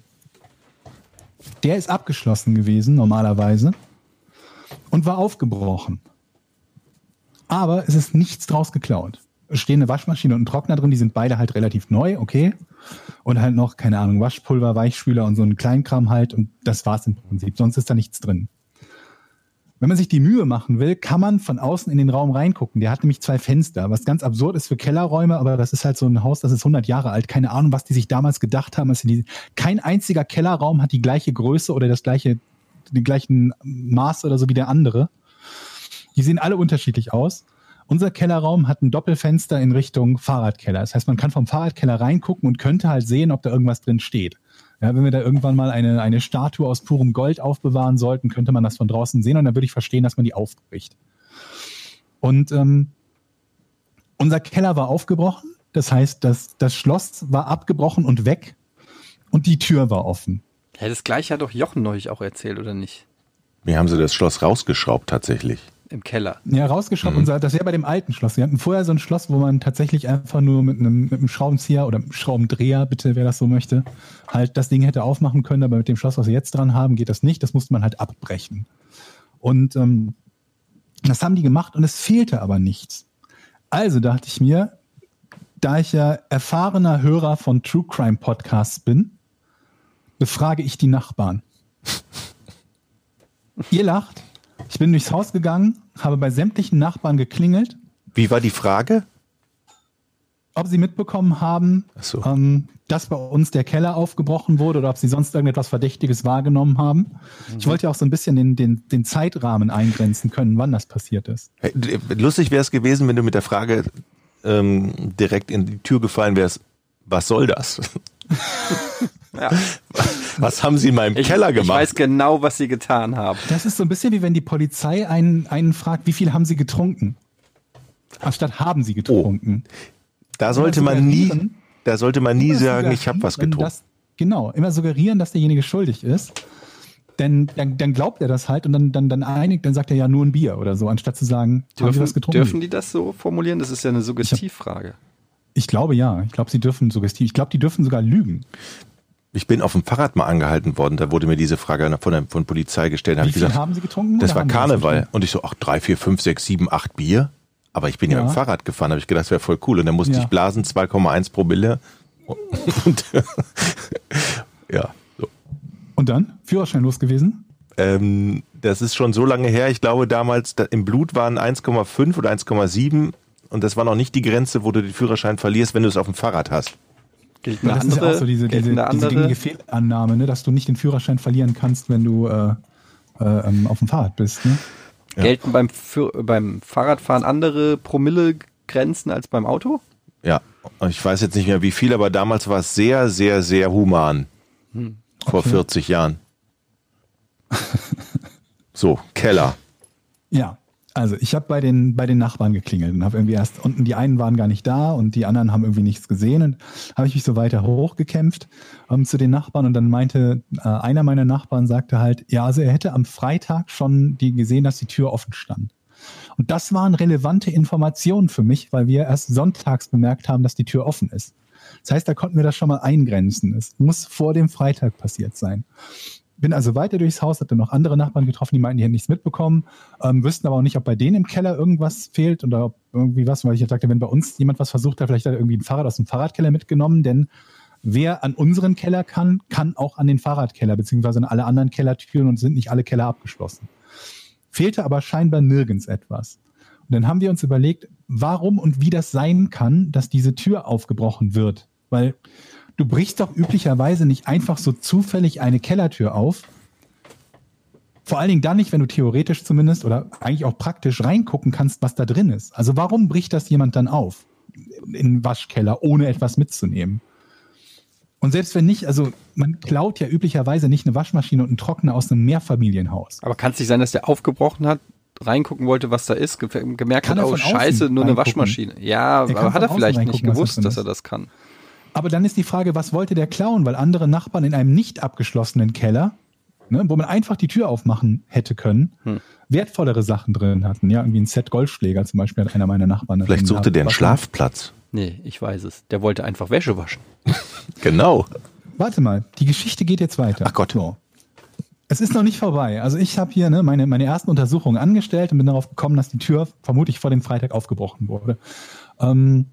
der ist abgeschlossen gewesen normalerweise und war aufgebrochen. Aber es ist nichts draus geklaut. Es stehen eine Waschmaschine und ein Trockner drin, die sind beide halt relativ neu, okay und halt noch, keine Ahnung, Waschpulver, Weichspüler und so einen Kleinkram halt und das war's im Prinzip. Sonst ist da nichts drin. Wenn man sich die Mühe machen will, kann man von außen in den Raum reingucken. Der hat nämlich zwei Fenster, was ganz absurd ist für Kellerräume, aber das ist halt so ein Haus, das ist 100 Jahre alt. Keine Ahnung, was die sich damals gedacht haben. Als sie die, kein einziger Kellerraum hat die gleiche Größe oder das gleiche, den gleichen Maß oder so wie der andere. Die sehen alle unterschiedlich aus. Unser Kellerraum hat ein Doppelfenster in Richtung Fahrradkeller. Das heißt, man kann vom Fahrradkeller reingucken und könnte halt sehen, ob da irgendwas drin steht. Ja, wenn wir da irgendwann mal eine, eine Statue aus purem Gold aufbewahren sollten, könnte man das von draußen sehen und dann würde ich verstehen, dass man die aufbricht. Und ähm, unser Keller war aufgebrochen. Das heißt, das, das Schloss war abgebrochen und weg. Und die Tür war offen. Ja, das gleiche hat doch Jochen neulich auch erzählt, oder nicht? Mir haben sie das Schloss rausgeschraubt tatsächlich. Im Keller. Ja, rausgeschraubt und sagt, das wäre bei dem alten Schloss. Wir hatten vorher so ein Schloss, wo man tatsächlich einfach nur mit einem, mit einem Schraubenzieher oder einem Schraubendreher, bitte, wer das so möchte, halt das Ding hätte aufmachen können, aber mit dem Schloss, was wir jetzt dran haben, geht das nicht. Das musste man halt abbrechen. Und ähm, das haben die gemacht und es fehlte aber nichts. Also dachte ich mir, da ich ja erfahrener Hörer von True Crime Podcasts bin, befrage ich die Nachbarn. Ihr lacht. Ich bin durchs Haus gegangen, habe bei sämtlichen Nachbarn geklingelt, Wie war die Frage? ob sie mitbekommen haben, Ach so. ähm, dass bei uns der Keller aufgebrochen wurde oder ob sie sonst irgendetwas Verdächtiges wahrgenommen haben. Ich Mhm. wollte ja auch so ein bisschen den, den, den Zeitrahmen eingrenzen können, wann das passiert ist. Hey, d- Lustig wäre es gewesen, wenn du mit der Frage ähm, direkt in die Tür gefallen wärst, was soll das? Was haben sie in meinem Keller Ich gemacht? weiß genau, was sie getan haben. Das ist so ein bisschen wie wenn die Polizei einen, einen fragt, wie viel haben sie getrunken? Anstatt haben Oh. sie getrunken. da sollte immer man nie, suggerieren- da sollte man nie immer sagen, ich habe suggerieren, was getrunken. Dass, genau, immer suggerieren, dass derjenige schuldig ist. Denn dann, dann glaubt er das halt und dann, dann, dann einigt, dann sagt er ja nur ein Bier oder so, anstatt zu sagen, haben Sie Dürfen, was getrunken? dürfen die das so formulieren? Das ist ja eine Suggestivfrage. Ich glaube ja. Ich glaube, sie dürfen suggestiv. Ich glaube, die dürfen sogar lügen. Ich bin auf dem Fahrrad mal angehalten worden, da wurde mir diese Frage von der von Polizei gestellt. Da hab Wie ich viel haben Sie getrunken Das oder war haben Sie was Karneval. getrunken? Und ich so, ach, drei, vier, fünf, sechs, sieben, acht Bier. Aber ich bin ja, Ja. mit dem Fahrrad gefahren, habe ich gedacht, das wäre voll cool. Und dann musste Ja. ich blasen, 2,1 Promille. Und, ja, so. Und dann? Führerschein los gewesen? Ähm, das ist schon so lange her. Ich glaube, damals da, im Blut waren 1,5 oder 1,7. Und das war noch nicht die Grenze, wo du den Führerschein verlierst, wenn du es auf dem Fahrrad hast. Gilt Weil das ist ja auch so diese, gilt diese, eine diese andere. gängige Fehlannahme, ne? dass du nicht den Führerschein verlieren kannst, wenn du äh, äh, ähm, auf dem Fahrrad bist. Ne? Gelten beim, Für beim Fahrradfahren andere Promillegrenzen als beim Auto? Ja, Und ich weiß jetzt nicht mehr wie viel, aber damals war es sehr, sehr, sehr human. Vor 40 Jahren. so, Keller. Ja. Also ich habe bei den, bei den Nachbarn geklingelt und habe irgendwie erst unten, die einen waren gar nicht da und die anderen haben irgendwie nichts gesehen und habe ich mich so weiter hochgekämpft ähm, zu den Nachbarn und dann meinte äh, einer meiner Nachbarn sagte halt, ja, also er hätte am Freitag schon die gesehen, dass die Tür offen stand. Und das waren relevante Informationen für mich, weil wir erst sonntags bemerkt haben, dass die Tür offen ist. Das heißt, da konnten wir das schon mal eingrenzen. Es muss vor dem Freitag passiert sein. Bin also weiter durchs Haus, hatte noch andere Nachbarn getroffen, die meinten, die hätten nichts mitbekommen, ähm, wüssten aber auch nicht, ob bei denen im Keller irgendwas fehlt oder ob irgendwie was, weil ich ja sagte, wenn bei uns jemand was versucht hat, vielleicht hat er irgendwie ein Fahrrad aus dem Fahrradkeller mitgenommen, denn wer an unseren Keller kann, kann auch an den Fahrradkeller, beziehungsweise an alle anderen Kellertüren und sind nicht alle Keller abgeschlossen fehlte aber scheinbar nirgends etwas. Und dann haben wir uns überlegt, warum und wie das sein kann, dass diese Tür aufgebrochen wird. Weil du brichst doch üblicherweise nicht einfach so zufällig eine Kellertür auf. Vor allen Dingen dann nicht, wenn du theoretisch zumindest oder eigentlich auch praktisch reingucken kannst, was da drin ist. Also warum bricht das jemand dann auf? In den Waschkeller, ohne etwas mitzunehmen. Und selbst wenn nicht, also man klaut ja üblicherweise nicht eine Waschmaschine und einen Trockner aus einem Mehrfamilienhaus. Aber kann es nicht sein, dass der aufgebrochen hat, reingucken wollte, was da ist, ge gemerkt Kann hat, er oh von außen scheiße, nur eine reingucken? Waschmaschine. Ja, kann aber hat von er außen vielleicht nicht reingucken, was da gewusst, drin dass ist. er das kann. Aber dann ist die Frage, was wollte der klauen? Weil andere Nachbarn in einem nicht abgeschlossenen Keller, ne, wo man einfach die Tür aufmachen hätte können, Hm. wertvollere Sachen drin hatten. Ja, irgendwie ein Set Golfschläger zum Beispiel hat einer meiner Nachbarn. da Vielleicht drin suchte gehabt. der einen Was- Schlafplatz. Nee, ich weiß es. Der wollte einfach Wäsche waschen. Genau. Warte mal, die Geschichte geht jetzt weiter. Ach Gott. So. Es ist noch nicht vorbei. Also ich habe hier ne, meine, meine ersten Untersuchungen angestellt und bin darauf gekommen, dass die Tür vermutlich vor dem Freitag aufgebrochen wurde. Ähm,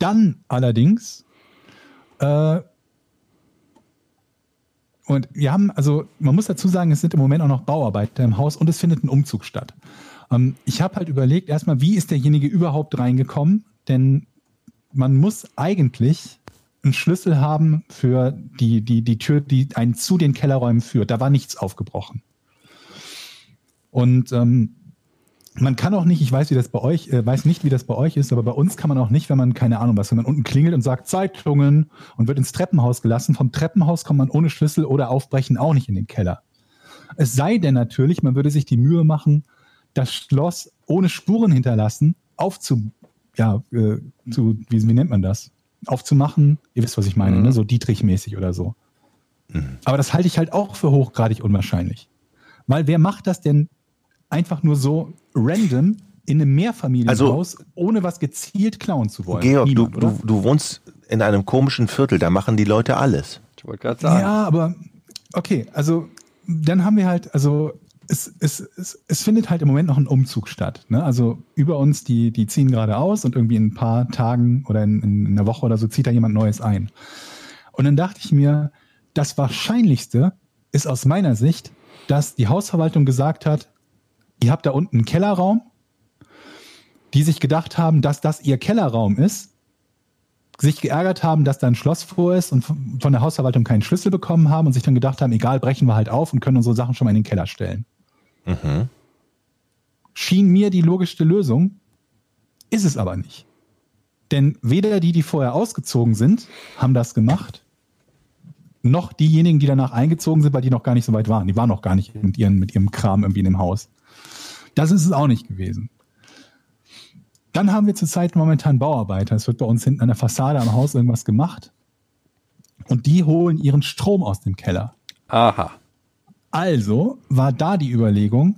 dann allerdings, äh, und wir haben, also man muss dazu sagen, es sind im Moment auch noch Bauarbeiter im Haus und es findet ein Umzug statt. Ähm, ich habe halt überlegt, erstmal, wie ist derjenige überhaupt reingekommen? Denn man muss eigentlich einen Schlüssel haben für die, die, die Tür, die einen zu den Kellerräumen führt. Da war nichts aufgebrochen. Und ähm, Man kann auch nicht, ich weiß, wie das bei euch, äh, weiß nicht, wie das bei euch ist, aber bei uns kann man auch nicht, wenn man, keine Ahnung was, wenn man unten klingelt und sagt Zeitungen und wird ins Treppenhaus gelassen, vom Treppenhaus kommt man ohne Schlüssel oder Aufbrechen auch nicht in den Keller. Es sei denn natürlich, man würde sich die Mühe machen, das Schloss ohne Spuren hinterlassen, aufzu, ja, äh, zu, wie, wie nennt man das? Aufzumachen, ihr wisst, was ich meine, ne? so Dietrich-mäßig oder so. Aber das halte ich halt auch für hochgradig unwahrscheinlich. Weil wer macht das denn einfach nur so random in einem Mehrfamilienhaus, ohne was gezielt klauen zu wollen? Also Georg, Niemand, du, oder? du, du wohnst in einem komischen Viertel, da machen die Leute alles. Ich wollte gerade sagen. Ja, aber okay, also dann haben wir halt, also es, es, es, es findet halt im Moment noch ein Umzug statt. Ne? Also über uns, die, die ziehen gerade aus und irgendwie in ein paar Tagen oder in, in einer Woche oder so zieht da jemand Neues ein. Und dann dachte ich mir, das Wahrscheinlichste ist aus meiner Sicht, dass die Hausverwaltung gesagt hat, ihr habt da unten einen Kellerraum, die sich gedacht haben, dass das ihr Kellerraum ist sich geärgert haben, dass da ein Schloss vor ist und von von der Hausverwaltung keinen Schlüssel bekommen haben und sich dann gedacht haben, egal, brechen wir halt auf und können unsere Sachen schon mal in den Keller stellen. Schien mir die logischste Lösung, ist es aber nicht. Denn weder die, die vorher ausgezogen sind, haben das gemacht, noch diejenigen, die danach eingezogen sind, weil die noch gar nicht so weit waren. Die waren noch gar nicht mit, ihren, mit ihrem Kram irgendwie in dem Haus. Das ist es auch nicht gewesen. Dann haben wir zurzeit momentan Bauarbeiter. Es wird bei uns hinten an der Fassade am Haus irgendwas gemacht. Und die holen ihren Strom aus dem Keller. Aha. Also war da die Überlegung,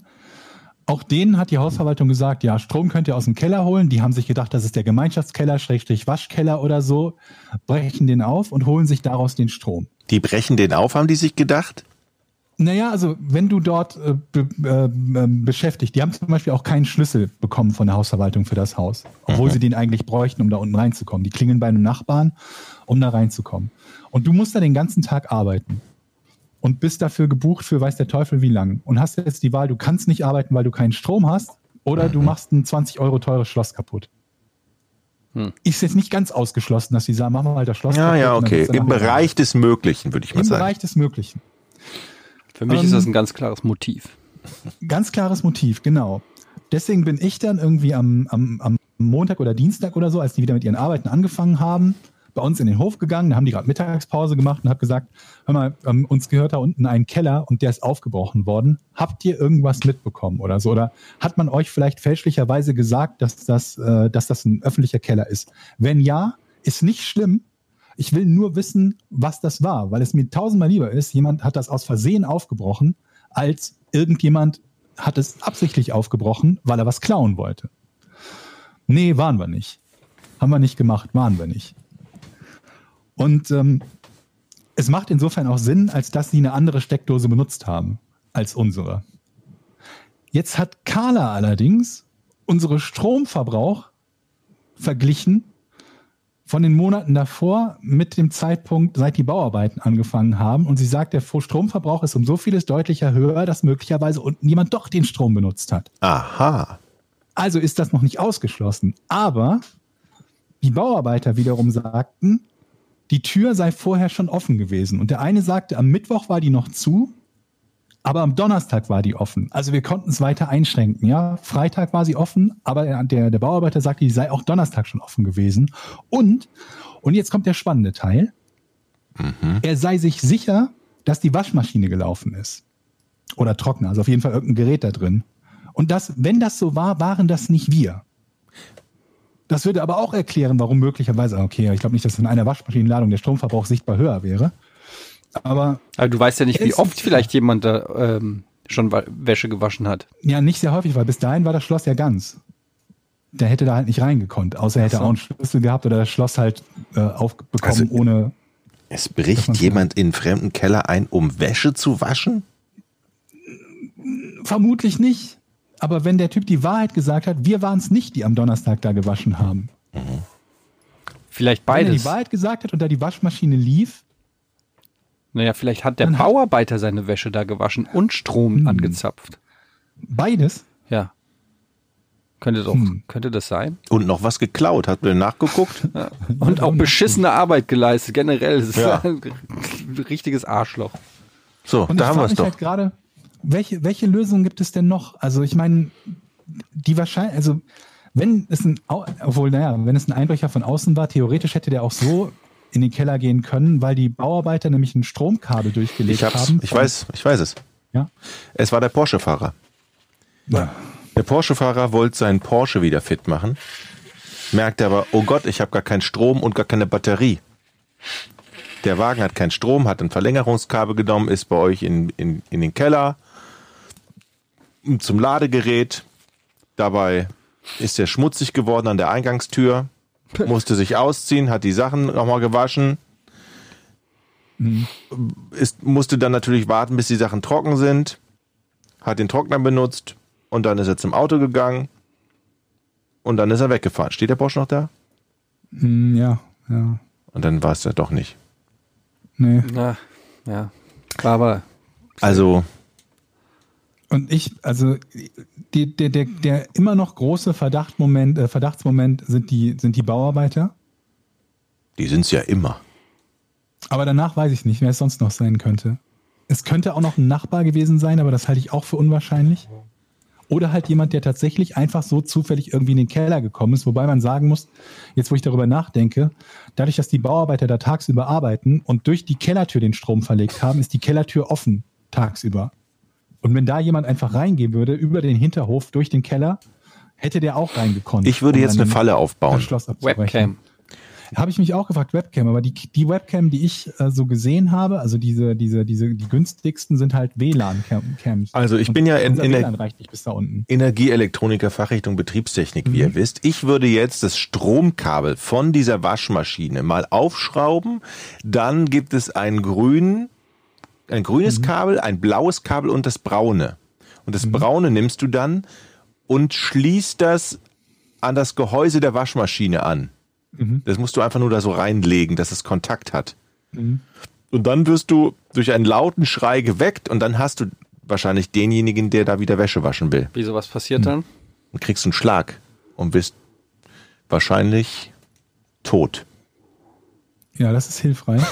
auch denen hat die Hausverwaltung gesagt, ja, Strom könnt ihr aus dem Keller holen. Die haben sich gedacht, das ist der Gemeinschaftskeller, Schrägstrich Waschkeller oder so, brechen den auf und holen sich daraus den Strom. Die brechen den auf, haben die sich gedacht? Naja, also wenn du dort äh, be, äh, ähm, beschäftigt, die haben zum Beispiel auch keinen Schlüssel bekommen von der Hausverwaltung für das Haus, Mhm. obwohl sie den eigentlich bräuchten, um da unten reinzukommen. Die klingeln bei einem Nachbarn, um da reinzukommen. Und du musst da den ganzen Tag arbeiten und bist dafür gebucht für weiß der Teufel wie lang und hast jetzt die Wahl, du kannst nicht arbeiten, weil du keinen Strom hast oder Mhm. du machst ein 20 Euro teures Schloss kaputt. Ist jetzt nicht ganz ausgeschlossen, dass die sagen, machen wir halt das Schloss Hm. Ja, kaputt. ja, und dann okay. bist du Im nachher- Bereich des Möglichen, würde ich mal Im sagen. Bereich des Möglichen. Für mich Ähm, ist das ein ganz klares Motiv. Ganz klares Motiv, genau. Deswegen bin ich dann irgendwie am, am, am Montag oder Dienstag oder so, als die wieder mit ihren Arbeiten angefangen haben, bei uns in den Hof gegangen, da haben die gerade Mittagspause gemacht und habe gesagt, hör mal, ähm, uns gehört da unten ein Keller und der ist aufgebrochen worden. Habt ihr irgendwas mitbekommen oder so? Oder hat man euch vielleicht fälschlicherweise gesagt, dass das, äh, dass das ein öffentlicher Keller ist? Wenn ja, ist nicht schlimm, ich will nur wissen, was das war, weil es mir tausendmal lieber ist, jemand hat das aus Versehen aufgebrochen, als irgendjemand hat es absichtlich aufgebrochen, weil er was klauen wollte. Nee, waren wir nicht. Haben wir nicht gemacht, waren wir nicht. Und ähm, es macht insofern auch Sinn, als dass sie eine andere Steckdose benutzt haben als unsere. Jetzt hat Carla allerdings unsere Stromverbrauch verglichen von den Monaten davor mit dem Zeitpunkt, seit die Bauarbeiten angefangen haben. Und sie sagt, der Stromverbrauch ist um so vieles deutlicher höher, dass möglicherweise unten jemand doch den Strom benutzt hat. Aha. Also ist das noch nicht ausgeschlossen. Aber die Bauarbeiter wiederum sagten, die Tür sei vorher schon offen gewesen. Und der eine sagte, am Mittwoch war die noch zu, aber am Donnerstag war die offen. Also wir konnten es weiter einschränken. Ja, Freitag war sie offen, aber der- der, der Bauarbeiter sagte, die sei auch Donnerstag schon offen gewesen. Und, und jetzt kommt der spannende Teil. Er sei sich sicher, dass die Waschmaschine gelaufen ist. Oder Trockner, also auf jeden Fall irgendein Gerät da drin. Und das, wenn das so war, waren das nicht wir. Das würde aber auch erklären, warum möglicherweise, okay, ich glaube nicht, dass in einer Waschmaschinenladung der Stromverbrauch sichtbar höher wäre. Aber Aber Also du weißt ja nicht, wie Ist- oft vielleicht jemand da ähm, schon Wa- Wäsche gewaschen hat. Ja, nicht sehr häufig, weil bis dahin war das Schloss ja ganz. Der hätte da halt nicht reingekonnt, außer er hätte auch einen Schlüssel gehabt oder das Schloss halt äh, aufbekommen Also- ohne. Es bricht jemand in einen fremden Keller ein, um Wäsche zu waschen? Vermutlich nicht. Aber wenn der Typ die Wahrheit gesagt hat, wir waren es nicht, die am Donnerstag da gewaschen haben. Vielleicht Wenn er beides. die Wahrheit gesagt hat und da die Waschmaschine lief, Naja, vielleicht hat der Dann hat- Hm. Bauarbeiter seine Wäsche da gewaschen und Strom angezapft. beides. Ja. Könnte doch, Hm. könnte das sein? Und noch was geklaut? Habt ihr nachgeguckt? Und auch beschissene Arbeit geleistet, generell. Das ist Ja. ein richtiges Arschloch. So, Und da ich haben wir frage es mich doch. halt gerade, welche, welche Lösung gibt es denn noch? Also ich meine, die wahrscheinlich, also wenn es ein, Au- obwohl, naja, wenn es ein Einbrecher von außen war, theoretisch hätte der auch so in den Keller gehen können, weil die Bauarbeiter nämlich ein Stromkabel durchgelegt Ich hab's, haben. ich weiß, ich weiß es. Ja. Es war der Porsche-Fahrer. ja. Der Porsche-Fahrer wollte seinen Porsche wieder fit machen, merkte aber, oh Gott, ich habe gar keinen Strom und gar keine Batterie. Der Wagen hat keinen Strom, hat ein Verlängerungskabel genommen, ist bei euch in, in, in den Keller zum Ladegerät. Dabei ist er schmutzig geworden an der Eingangstür, musste sich ausziehen, hat die Sachen nochmal gewaschen, ist, musste dann natürlich warten, bis die Sachen trocken sind, hat den Trockner benutzt und dann ist er zum Auto gegangen und dann ist er weggefahren. Steht der Porsche noch da? Hm, ja, ja. Und dann war es ja doch nicht. Nee. Na, ja. War aber Also, Und ich, also die, der, der, der immer noch große Verdachtmoment, äh, Verdachtsmoment sind die, sind die Bauarbeiter. die sind es ja immer. Aber danach weiß ich nicht, wer es sonst noch sein könnte. Es könnte auch noch ein Nachbar gewesen sein, aber das halte ich auch für unwahrscheinlich. Oder halt jemand, der tatsächlich einfach so zufällig irgendwie in den Keller gekommen ist, wobei man sagen muss, jetzt wo ich darüber nachdenke, dadurch, dass die Bauarbeiter da tagsüber arbeiten und durch die Kellertür den Strom verlegt haben, ist die Kellertür offen tagsüber. Und wenn da jemand einfach reingehen würde, über den Hinterhof, durch den Keller, hätte der auch um reingekommen. Ich würde jetzt eine Falle aufbauen. Webcam. Webcam. Habe ich mich auch gefragt, Webcam, aber die, die Webcam, die ich äh, so gesehen habe, also diese, diese, diese, die günstigsten sind halt WLAN-Cams. Also ich bin ja in, Unser in WLAN der reicht nicht bis da unten. Hm. Energieelektroniker Fachrichtung Betriebstechnik, wie ihr wisst. Ich würde jetzt das Stromkabel von dieser Waschmaschine mal aufschrauben. Dann gibt es einen grünen, ein grünes Kabel, ein blaues Kabel und das braune. Und das braune nimmst du dann und schließt das an das Gehäuse der Waschmaschine an. Das musst du einfach nur da so reinlegen, dass es Kontakt hat. Und dann wirst du durch einen lauten Schrei geweckt und dann hast du wahrscheinlich denjenigen, der da wieder Wäsche waschen will Wieso was passiert Hm. dann? und kriegst einen Schlag und bist wahrscheinlich tot. Ja, das ist hilfreich.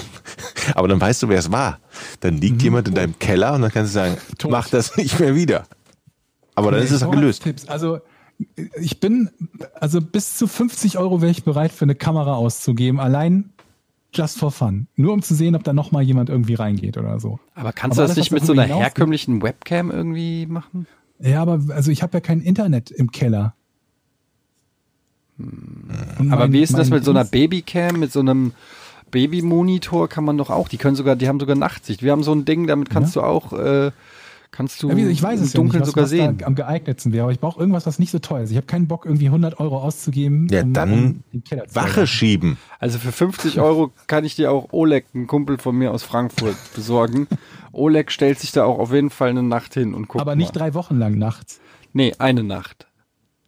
Aber dann weißt du, wer es war. Dann liegt jemand in deinem Keller und dann kannst du sagen, mach das nicht mehr wieder. Aber dann ist es Ich auch brauche gelöst. Tipps. Also ich bin, also bis zu 50 Euro wäre ich bereit, für eine Kamera auszugeben, allein just for fun. Nur um zu sehen, ob da nochmal jemand irgendwie reingeht oder so. Aber kannst Aber du das alles, nicht was mit so einer darüber hinaus- herkömmlichen Webcam irgendwie machen? Ja, aber also ich habe ja kein Internet im Keller. Hm. Und Aber mein- wie ist denn das mein mit so einer Dings- Babycam, mit so einem Babymonitor kann man doch auch, die können sogar, die haben sogar Nachtsicht. Wir haben so ein Ding, damit kannst du auch, äh, kannst du Ja, wie gesagt, ich weiß im es Dunkeln ja nicht, was, sogar was sehen. Da am geeignetsten wäre, aber ich brauche irgendwas, was nicht so teuer ist. Ich habe keinen Bock, irgendwie 100 Euro auszugeben. um- Ja, dann den Keller zu Wache schieben. Also für 50 Euro kann ich dir auch Oleg, einen Kumpel von mir aus Frankfurt, besorgen. Oleg stellt sich da auch auf jeden Fall eine Nacht hin und guckt. Aber nicht mal. drei Wochen lang nachts. Nee, eine Nacht.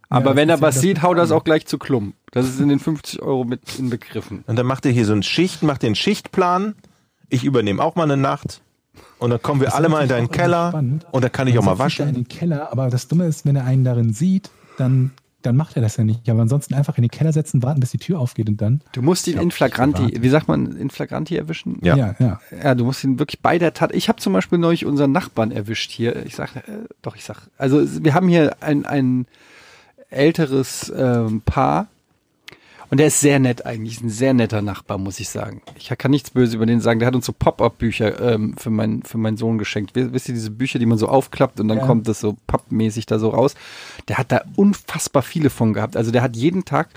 Aber das wenn ist er ja was das sieht, hau das auch gleich zu Klump. Das ist in den 50 Euro mit inbegriffen. Und dann macht ihr hier so einen Schicht, macht den Schichtplan. Ich übernehme auch mal eine Nacht. Und dann kommen wir alle mal in deinen auch immer Keller. spannend. Und dann kann ich auch mal Sonst sitzt er In waschen. den Keller, aber das Dumme ist, wenn er einen darin sieht, dann, dann macht er das ja nicht. Aber ansonsten einfach in den Keller setzen, warten, bis die Tür aufgeht und dann. Du musst ihn Ja, in flagranti, privat. wie sagt man, in flagranti erwischen? Ja. ja. ja. Ja, du musst ihn wirklich bei der Tat. Ich habe zum Beispiel neulich unseren Nachbarn erwischt hier. Ich sag, äh, doch, ich sag. Also es- wir haben hier ein, ein älteres ähm, Paar und der ist sehr nett eigentlich. Ist ein sehr netter Nachbar, muss ich sagen. Ich kann nichts Böses über den sagen. Der hat uns so Pop-up-Bücher ähm, für, meinen für meinen Sohn geschenkt. Wir- Wisst ihr, diese Bücher, die man so aufklappt und dann Ja. kommt das so pappmäßig da so raus. Der hat da unfassbar viele von gehabt. Also der hat jeden Tag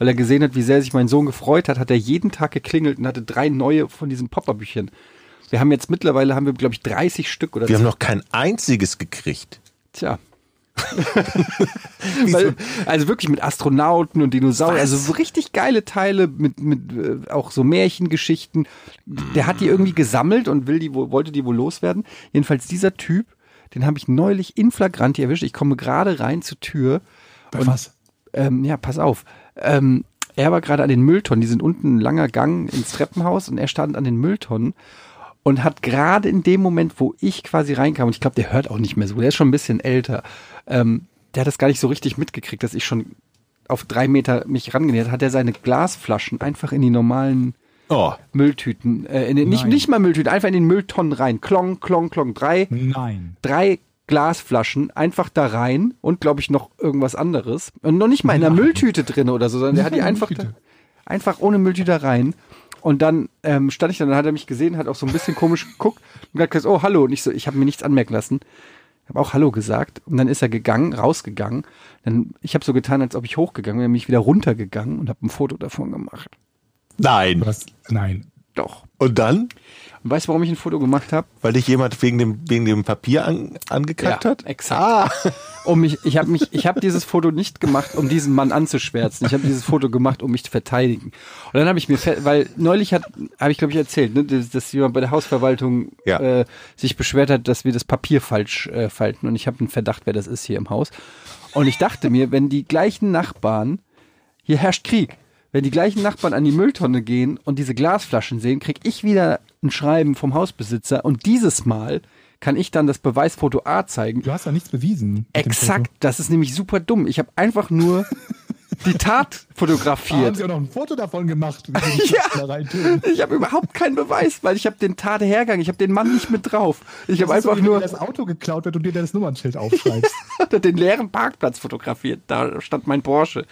weil er gesehen hat, wie sehr sich mein Sohn gefreut hat, hat er jeden Tag geklingelt und hatte drei neue von diesen Pop-up-Büchern. Wir haben jetzt mittlerweile, haben wir, glaube ich, 30 Stück oder Wir haben so. noch kein einziges gekriegt. Tja. Weil, also wirklich mit Astronauten und Dinosauriern, also so richtig geile Teile mit, mit äh, auch so Märchengeschichten. Der hat die irgendwie gesammelt und will die wohl, wollte die wohl loswerden. Jedenfalls dieser Typ, den habe ich neulich in Flagranti erwischt. Ich komme gerade rein zur Tür Bei was? ähm, ja, pass auf. Ähm, er war gerade an den Mülltonnen. Die sind unten ein langer Gang ins Treppenhaus und er stand an den Mülltonnen und hat gerade in dem Moment, wo ich quasi reinkam, und ich glaube, der hört auch nicht mehr so, der ist schon ein bisschen älter, ähm, der hat das gar nicht so richtig mitgekriegt, dass ich schon auf drei Meter mich rangenähert hat er seine Glasflaschen einfach in die normalen Oh, Mülltüten, äh, in den, nicht, Nein. nicht mal Mülltüten, einfach in den Mülltonnen rein. Klong, klong, klong, drei Nein. drei Glasflaschen einfach da rein und glaube ich noch irgendwas anderes. Und noch nicht mal in einer Mülltüte drin oder so, sondern der hat die einfach, da, einfach ohne Mülltüte da rein. Und dann ähm, stand ich da, dann hat er mich gesehen, hat auch so ein bisschen komisch geguckt und hat gesagt, oh, hallo. Und ich so, ich habe mir nichts anmerken lassen. Ich habe auch Hallo gesagt. Und dann ist er gegangen, rausgegangen. Dann, ich habe so getan, als ob ich hochgegangen wäre, bin ich wieder runtergegangen und habe ein Foto davon gemacht. Nein. Was? Nein. Doch. Und dann? Und weißt du, warum ich ein Foto gemacht habe? Weil dich jemand wegen dem, wegen dem Papier an, angekackt hat? exakt. Um mich, ich habe mich, ich habe dieses Foto nicht gemacht, um diesen Mann anzuschwärzen. Ich habe dieses Foto gemacht, um mich zu verteidigen. Und dann habe ich mir, ver- weil neulich hat, habe ich glaube ich erzählt, ne, dass, dass jemand bei der Hausverwaltung Ja. äh, sich beschwert hat, dass wir das Papier falsch äh, falten. Und ich habe einen Verdacht, wer das ist hier im Haus. Und ich dachte mir, wenn die gleichen Nachbarn hier herrscht Krieg. Wenn die gleichen Nachbarn an die Mülltonne gehen und diese Glasflaschen sehen, krieg ich wieder ein Schreiben vom Hausbesitzer und dieses Mal kann ich dann das Beweisfoto A zeigen. Du hast ja nichts bewiesen. mit dem Exakt, das ist nämlich super dumm. Ich habe einfach nur die Tat Foto. Ah, haben fotografiert. sie auch noch ein Foto davon gemacht. Wie sie die Flaschen da reintun. Ich habe überhaupt keinen Beweis, weil ich habe den Tathergang, ich habe den Mann nicht mit drauf. Ich habe Das ist so, einfach wie wenn nur dir das Auto geklaut wird und dir das Nummernschild aufschreibst. den leeren Parkplatz fotografiert. Da stand mein Porsche.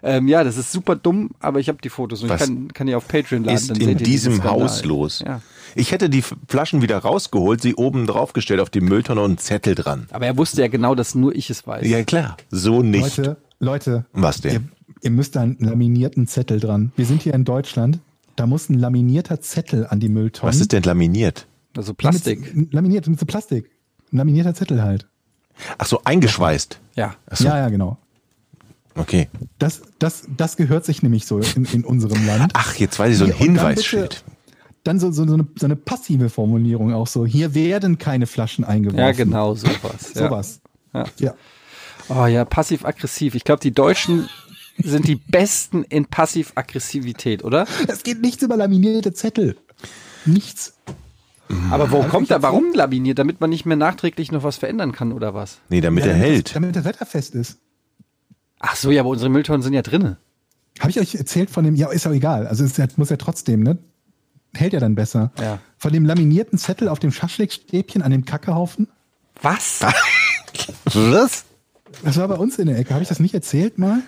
Ähm, ja, das ist super dumm, aber ich habe die Fotos und Was ich kann, kann die auf Patreon laden. ist dann seht in ihr diesen diesem Skandal. Haus los? Ja. Ich hätte die F- Flaschen wieder rausgeholt, sie oben draufgestellt auf die Mülltonne und einen Zettel dran. Aber er wusste ja genau, dass nur ich es weiß. Ja klar, so nicht. Leute, Leute. Was denn? Ihr, ihr müsst da einen laminierten Zettel dran. Wir sind hier in Deutschland. Da muss ein laminierter Zettel an die Mülltonne. Was ist denn laminiert? Also Ja, Plastik. Mit, laminiert, mit so Plastik. Ein laminierter Zettel halt. Ach so, eingeschweißt. Ja. Ach so, Ja, ja, genau. okay. Das, das, das gehört sich nämlich so in, in unserem Land. Ach, jetzt weiß ich so ein Hier, und dann Hinweisschild. bitte- Dann so, so, so, eine, so eine passive Formulierung auch so. Hier werden keine Flaschen eingeworfen. Ja, genau, sowas. ja. Sowas. Ja. Ja. Oh ja, passiv-aggressiv. Ich glaube, die Deutschen sind die Besten in Passiv-Aggressivität, oder? Es geht nichts über laminierte Zettel. Nichts. Aber wo kommt da, warum laminiert? Damit man nicht mehr nachträglich noch was verändern kann, oder was? Nee, damit Ja, er damit hält. Das, damit das wetterfest ist. Ach so, ja, aber unsere Mülltonnen sind ja drinne. Habe ich euch erzählt von dem, ja, ist ja egal. Also es hat- muss ja trotzdem, ne? Hält ja dann besser. Ja. Von dem laminierten Zettel auf dem Schaschlikstäbchen an dem Kackehaufen. Was? Was? Das war bei uns in der Ecke. Habe ich das nicht erzählt mal?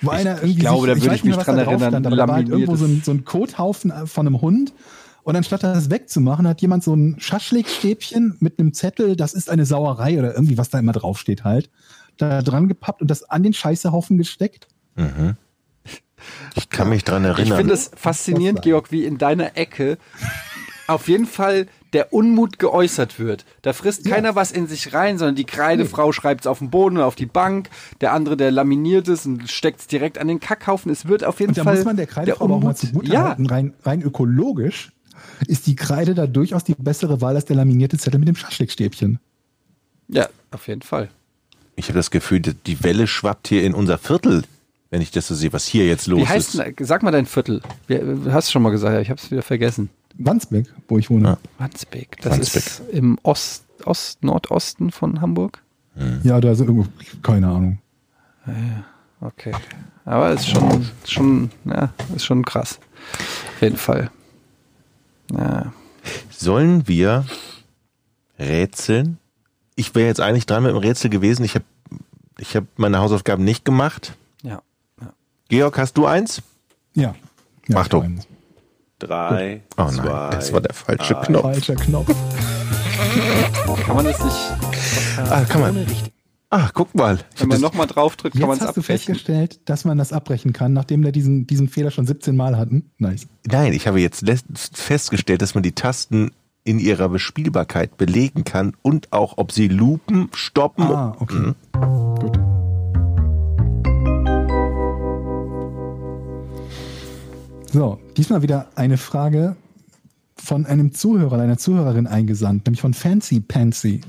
Wo einer irgendwie glaube, da würde weiß ich nicht mehr, mich was dran da drauf erinnern. Stand, aber da war halt irgendwo Laminiertes- so ein, so ein Kothaufen äh, von einem Hund. Und anstatt das wegzumachen, hat jemand so ein Schaschlikstäbchen mit einem Zettel, das ist eine Sauerei oder irgendwie, was da immer draufsteht halt, da dran gepappt und das an den Scheißehaufen gesteckt. Ich kann mich dran Ich erinnern. finde es faszinierend, Georg, wie in deiner Ecke auf jeden Fall der Unmut geäußert wird. Da frisst keiner was in sich rein, sondern die Kreidefrau schreibt es auf den Boden oder auf die Bank. Der andere, der laminiert ist und steckt es direkt an den Kackhaufen. Es wird auf jeden Und da Fall muss man der Kreidefrau aber auch mal zugute ja, halten, rein, rein ökologisch ist die Kreide da durchaus die bessere Wahl als der laminierte Zettel mit dem Schaschlikstäbchen. ja, auf jeden Fall. Ich habe das Gefühl, die- die Welle schwappt hier in unser Viertel, wenn ich das so sehe, was hier jetzt los Wie heißt ist. denn, sag mal dein Viertel. Wie, hast du schon mal gesagt, ja, ich habe es wieder vergessen. Wandsbek, wo ich wohne. Wandsbek. Das Wandsbek. ist im Ost, Ost, Nordosten von Hamburg. Ja, da ist irgendwo, keine Ahnung. Okay. Aber ist schon, schon, ja, ist schon krass. Auf jeden Fall. Ja. Sollen wir rätseln? Ich wäre jetzt eigentlich dran mit dem Rätsel gewesen. Ich habe ich hab meine Hausaufgaben nicht gemacht. ja. Georg, hast du eins? Ja. ja Mach doch. eins. Drei, Oh nein, zwei. das war der falsche Knopf. Falscher Knopf. Kann man das nicht, Ah, kann man. Ah, guck mal. Ich wenn hab man das- nochmal drauf drückt, kann man Jetzt es hast du abbrechen. festgestellt, dass man das abbrechen kann, nachdem wir diesen, diesen Fehler schon 17 Mal hatten. Nice. Nein, ich habe jetzt les- festgestellt, dass man die Tasten in ihrer Bespielbarkeit belegen kann und auch, ob sie lupen, stoppen. Ah, okay. Mhm. Gut. So, diesmal wieder eine Frage von einem Zuhörer, einer Zuhörerin eingesandt, nämlich von Fancy Pansy.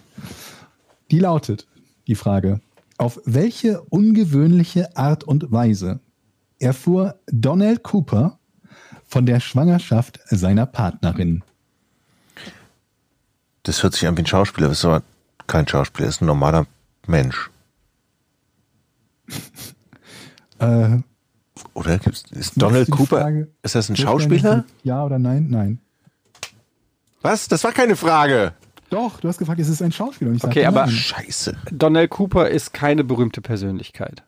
Die lautet, die Frage, auf welche ungewöhnliche Art und Weise erfuhr Donald Cooper von der Schwangerschaft seiner Partnerin? Das hört sich an wie ein Schauspieler, aber es ist aber kein Schauspieler, es ist ein normaler Mensch. Äh, Oder gibt's, ist Donald die Cooper, Frage- ist das ein Schauspieler? Ja oder nein? Nein. Was? Das war keine Frage. Doch, du hast gefragt, ist es ein Schauspieler? Und ich Okay, sagte, aber- nein. Scheiße. Donnell Cooper ist keine berühmte Persönlichkeit.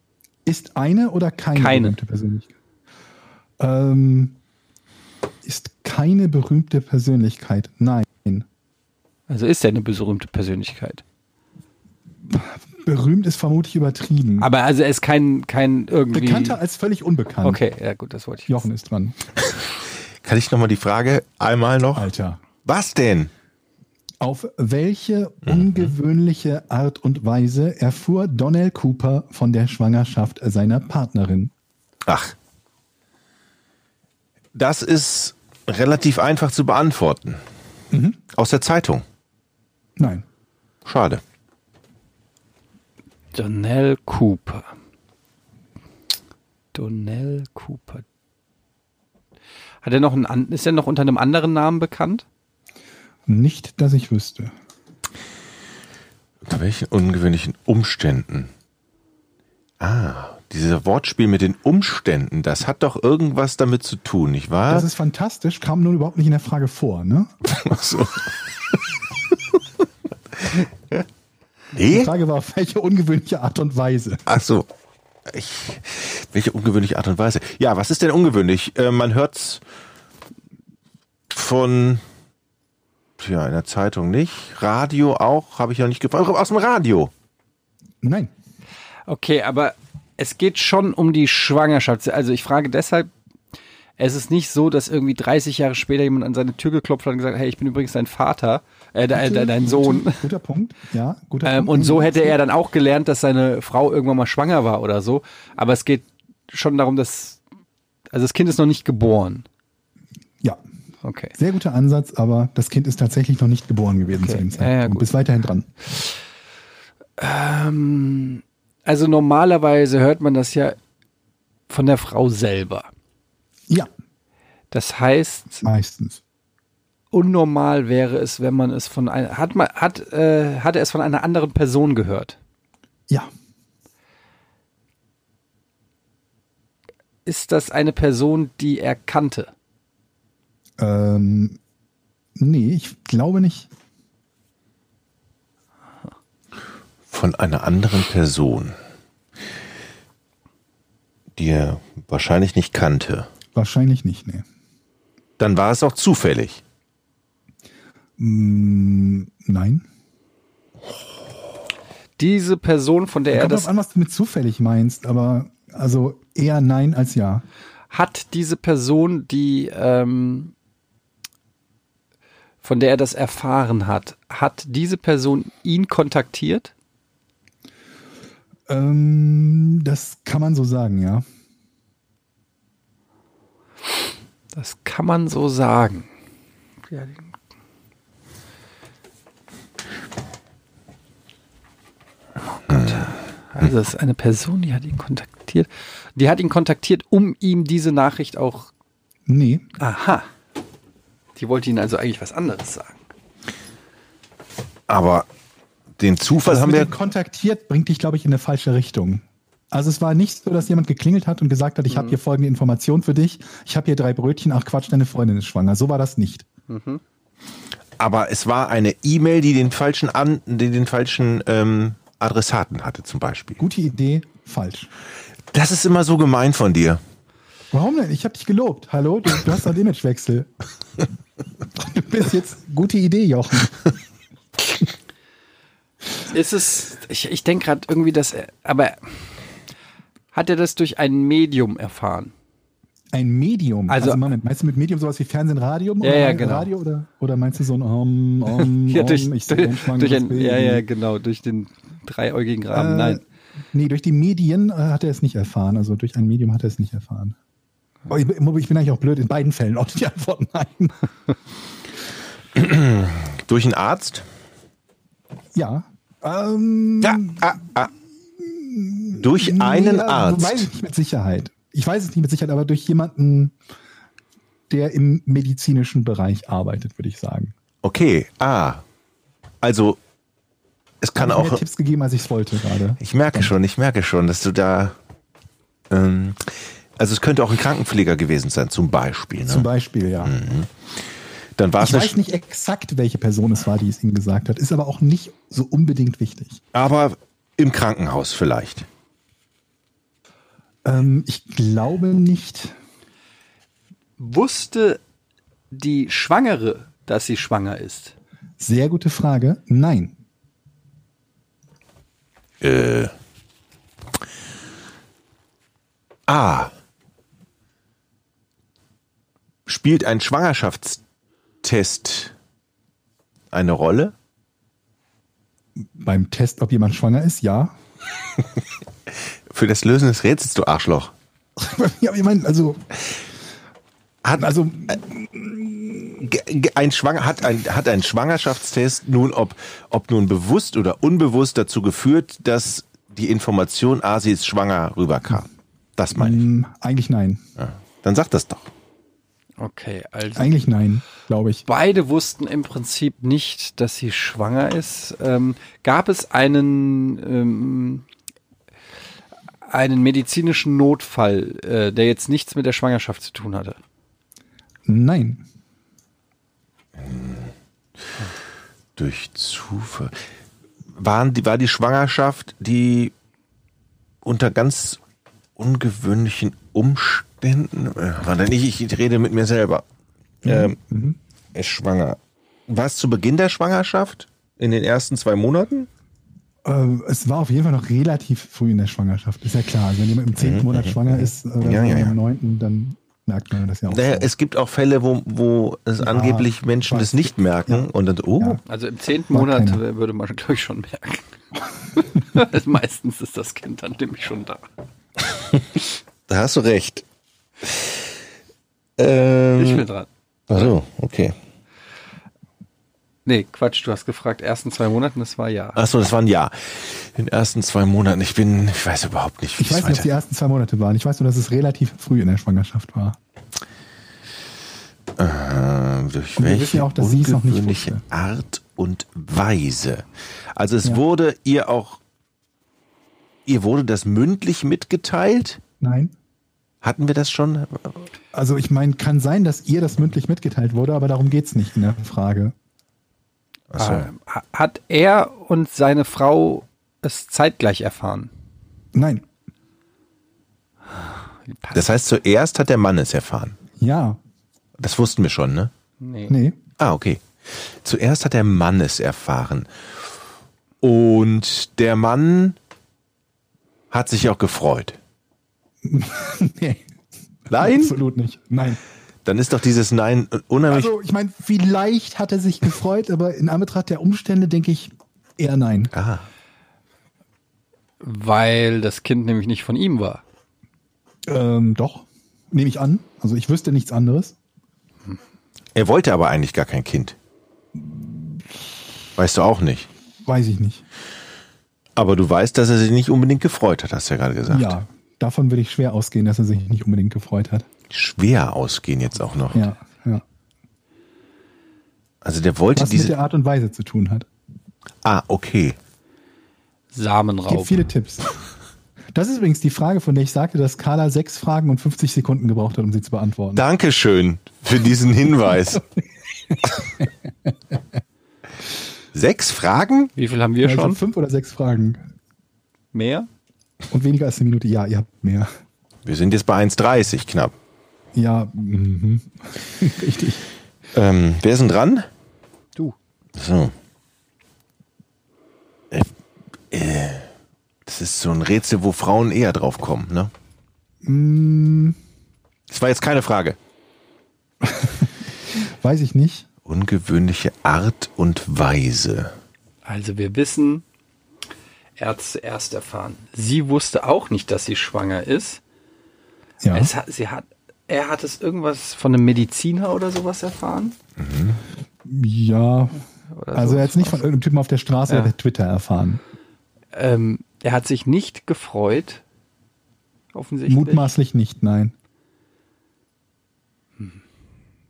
Ist eine oder keine, Keine. berühmte Persönlichkeit? Ähm, ist keine berühmte Persönlichkeit. Nein. Also ist er eine berühmte Persönlichkeit. Berühmt ist vermutlich übertrieben. Aber also er ist kein, kein irgendwie. Bekannter als völlig unbekannt. Okay, ja gut, das wollte ich. Jochen ist dran. Kann ich nochmal die Frage einmal noch? Alter. Was denn? Auf welche ungewöhnliche Art und Weise erfuhr Donnell Cooper von der Schwangerschaft seiner Partnerin? Ach. Das ist relativ einfach zu beantworten. Aus der Zeitung. Nein. Schade. Donnell Cooper. Donnell Cooper. Hat er noch einen, an- ist er noch unter einem anderen Namen bekannt? Nicht, dass ich wüsste. Unter welchen ungewöhnlichen Umständen? Ah, dieses Wortspiel mit den Umständen, das hat doch irgendwas damit zu tun, nicht wahr? Das ist fantastisch, kam nun überhaupt nicht in der Frage vor, ne? Ach so. nee? Die Frage war, auf welche ungewöhnliche Art und Weise. Ach so. Ich, welche ungewöhnliche Art und Weise. Ja, was ist denn ungewöhnlich? Äh, man hört's von ja, in der Zeitung nicht. Radio auch, habe ich noch nicht gefragt. Aus dem Radio. Nein. Okay, aber es geht schon um die Schwangerschaft. Also ich frage deshalb, es ist nicht so, dass irgendwie 30 Jahre später jemand an seine Tür geklopft hat und gesagt, hey, ich bin übrigens dein Vater, äh, de, de, dein Sohn. Guter, guter Punkt, ja. Guter Ähm, Punkt. und so hätte er dann auch gelernt, dass seine Frau irgendwann mal schwanger war oder so. Aber es geht schon darum, dass, also das Kind ist noch nicht geboren. Ja, Okay. sehr guter Ansatz, aber das Kind ist tatsächlich noch nicht geboren gewesen zu dem Ja, ja, Zeitpunkt. gut. Bis weiterhin dran. Also normalerweise hört man das ja von der Frau selber. Ja, Das heißt, meistens. unnormal wäre es, wenn man es von einer hat man hat äh, hat er es von einer anderen Person gehört. Ja, Ist das eine Person, die er kannte? ähm, nee, ich glaube nicht. Von einer anderen Person, die er wahrscheinlich nicht kannte. Wahrscheinlich nicht, nee. Dann war es auch zufällig. Mm, Nein. Diese Person, von der er Kommt drauf das an, was du mit zufällig meinst, aber also eher nein als ja. hat diese Person, die ähm, von der er das erfahren hat, hat diese Person ihn kontaktiert? Ähm, das kann man so sagen, ja. Das kann man so sagen. Ja, Also es ist eine Person, die hat ihn kontaktiert. Die hat ihn kontaktiert, um ihm diese Nachricht auch. Nee, Aha. Die wollte ihn also eigentlich was anderes sagen. Aber den Zufall Das haben mit wir. dem kontaktiert bringt dich, glaube ich, in eine falsche Richtung. Also es war nicht so, dass jemand geklingelt hat und gesagt hat, ich Mhm. habe hier folgende Information für dich. Ich habe hier drei Brötchen. Ach Quatsch, deine Freundin ist schwanger. So war das nicht. Aber es war eine E-Mail, die den falschen, An die den falschen ähm, Adressaten hatte, zum Beispiel. Gute Idee, falsch. Das ist immer so gemein von dir. Warum denn? Ich habe dich gelobt. Hallo, du, du hast einen Imagewechsel. Du bist jetzt gute Idee, Jochen. Ist es. Ich, ich denke gerade irgendwie, dass er. Aber hat er das durch ein Medium erfahren? Ein Medium. Also- Moment, meinst du mit Medium sowas wie Fernsehen, Radio? Ja, ja, oder genau. Radio oder, oder meinst du so ein um, um, Ja, durch, um, ich sehe ein durch, schwangeres durch ein, ja, Baby? ja, genau, durch den dreiäugigen Rahmen. Ähm, Äh, Nein. Nee, durch die Medien äh, hat er es nicht erfahren. Also durch ein Medium hat er es nicht erfahren. Aber ich, bin- ich bin eigentlich auch blöd in beiden Fällen. Auch die Antwort nein. Durch einen Arzt? Ja. Ähm, Ja. Ah, ah. Durch einen ja, Weiß Arzt. ich nicht mit Sicherheit. Ich weiß es nicht mit Sicherheit, aber durch jemanden, der im medizinischen Bereich arbeitet, würde ich sagen. Okay, ah. Also, es kann Ich habe mehr auch. Tipps gegeben, als ich es wollte gerade. Ich merke schon, ich merke schon, dass du da. Ähm, also, es könnte auch ein Krankenpfleger gewesen sein, zum Beispiel. Ne? Zum Beispiel, ja. Dann war es Ich eine weiß nicht exakt, welche Person es war, die es ihm gesagt hat, ist aber auch nicht so unbedingt wichtig. Aber im Krankenhaus vielleicht. Ähm, ich glaube nicht. Wusste die Schwangere, dass sie schwanger ist? Sehr gute Frage. Nein. Äh. Ah. Spielt ein Schwangerschaftstest eine Rolle? Beim Test, ob jemand schwanger ist, ja. Für das Lösen des Rätsels, du Arschloch. ja, ich meine, also, Hat also also ge- ge- ein, Schwanger, hat ein, hat ein Schwangerschaftstest nun, ob, ob nun bewusst oder unbewusst dazu geführt, dass die Information, ah, sie ist schwanger, rüberkam. Das meine ich. mh, mm, eigentlich nein. Ja. Dann sag das doch. Okay, also Eigentlich nein, glaube ich. beide wussten im Prinzip nicht, dass sie schwanger ist. Ähm, gab es einen, ähm, einen medizinischen Notfall, äh, der jetzt nichts mit der Schwangerschaft zu tun hatte? Nein. Durch Zufall. Waren die, war die Schwangerschaft, die unter ganz ungewöhnlichen Umständen, äh, war denn ich, ich rede mit mir selber, ähm, ist schwanger. War es zu Beginn der Schwangerschaft? In den ersten zwei Monaten? Ähm, es war auf jeden Fall noch relativ früh in der Schwangerschaft. Ist ja klar. Also wenn jemand im zehnten Monat schwanger ist äh, oder Mhm, Ja, ja, ja. im neunten, dann merkt man das ja auch. Naja, so. es gibt auch Fälle, wo, wo es angeblich Menschen das nicht merken und dann, so, oh, Ja. Also im zehnten Mag Monat keiner. würde man, glaube ich, schon merken. Meistens ist das Kind dann nämlich schon da. da hast du recht. Ähm, Ich bin dran. ach so, okay. Nee, Quatsch, du hast gefragt, ersten zwei Monaten, das war ja. Achso, das war ein Jahr. In den ersten zwei Monaten. Ich bin, ich weiß überhaupt nicht, wie Ich weiß nicht, ob die ersten zwei Monate waren. Ich weiß nur, dass es relativ früh in der Schwangerschaft war. äh, durch Und wir welche wissen ja auch, dass sie es noch nicht ungewöhnliche wusste. Art und Weise. Also es wurde ihr auch, ihr wurde das mündlich mitgeteilt? Nein. Hatten wir das schon? Also ich meine, kann sein, dass ihr das mündlich mitgeteilt wurde, aber darum geht's nicht in der Frage. Achso. Ähm, ha- Hat er und seine Frau es zeitgleich erfahren? Nein. Das heißt, zuerst hat der Mann es erfahren. Ja. Das wussten wir schon, ne? Nee. Nee. Ah, okay. Zuerst hat der Mann es erfahren. Und der Mann hat sich auch gefreut. nee. Nein? Absolut nicht. Nein. Dann ist doch dieses Nein unheimlich. Also ich meine, vielleicht hat er sich gefreut, aber in Anbetracht der Umstände denke ich eher nein. ah, Weil das Kind nämlich nicht von ihm war. Ähm, doch. Nehme ich an. Also ich wüsste nichts anderes. er wollte aber eigentlich gar kein Kind. Weißt du auch nicht. Weiß ich nicht. Aber du weißt, dass er sich nicht unbedingt gefreut hat, hast du ja gerade gesagt. Ja. Davon würde ich schwer ausgehen, dass er sich nicht unbedingt gefreut hat. Schwer ausgehen jetzt auch noch. Ja. ja. Also der wollte Was mit diese. der Art und Weise zu tun hat. Ah, Gibt okay. Samenraub. viele Tipps. Das ist übrigens die Frage, von der ich sagte, dass Carla sechs Fragen und 50 Sekunden gebraucht hat, um sie zu beantworten. Dankeschön für diesen Hinweis. Sechs Fragen? Wie viel haben wir Ja, ich schon? hab Also fünf oder sechs Fragen. Mehr? Und weniger als eine Minute. Ja, ihr habt mehr. Wir sind jetzt bei 1,30 knapp. Ja, mhm. richtig. Ähm, wer ist denn dran? Du. So. Äh, äh, das ist so ein Rätsel, wo Frauen eher drauf kommen, ne? Hm, Das war jetzt keine Frage. Weiß ich nicht. Ungewöhnliche Art und Weise. Also wir wissen, er hat es zuerst erfahren. Sie wusste auch nicht, dass sie schwanger ist. Ja. Es hat, sie hat, er hat es irgendwas von einem Mediziner oder sowas erfahren. ja. Also er hat es nicht von irgendeinem Typen auf der Straße Ja. oder bei Twitter erfahren. Ähm, er hat sich nicht gefreut. Offensichtlich. Mutmaßlich nicht, nein.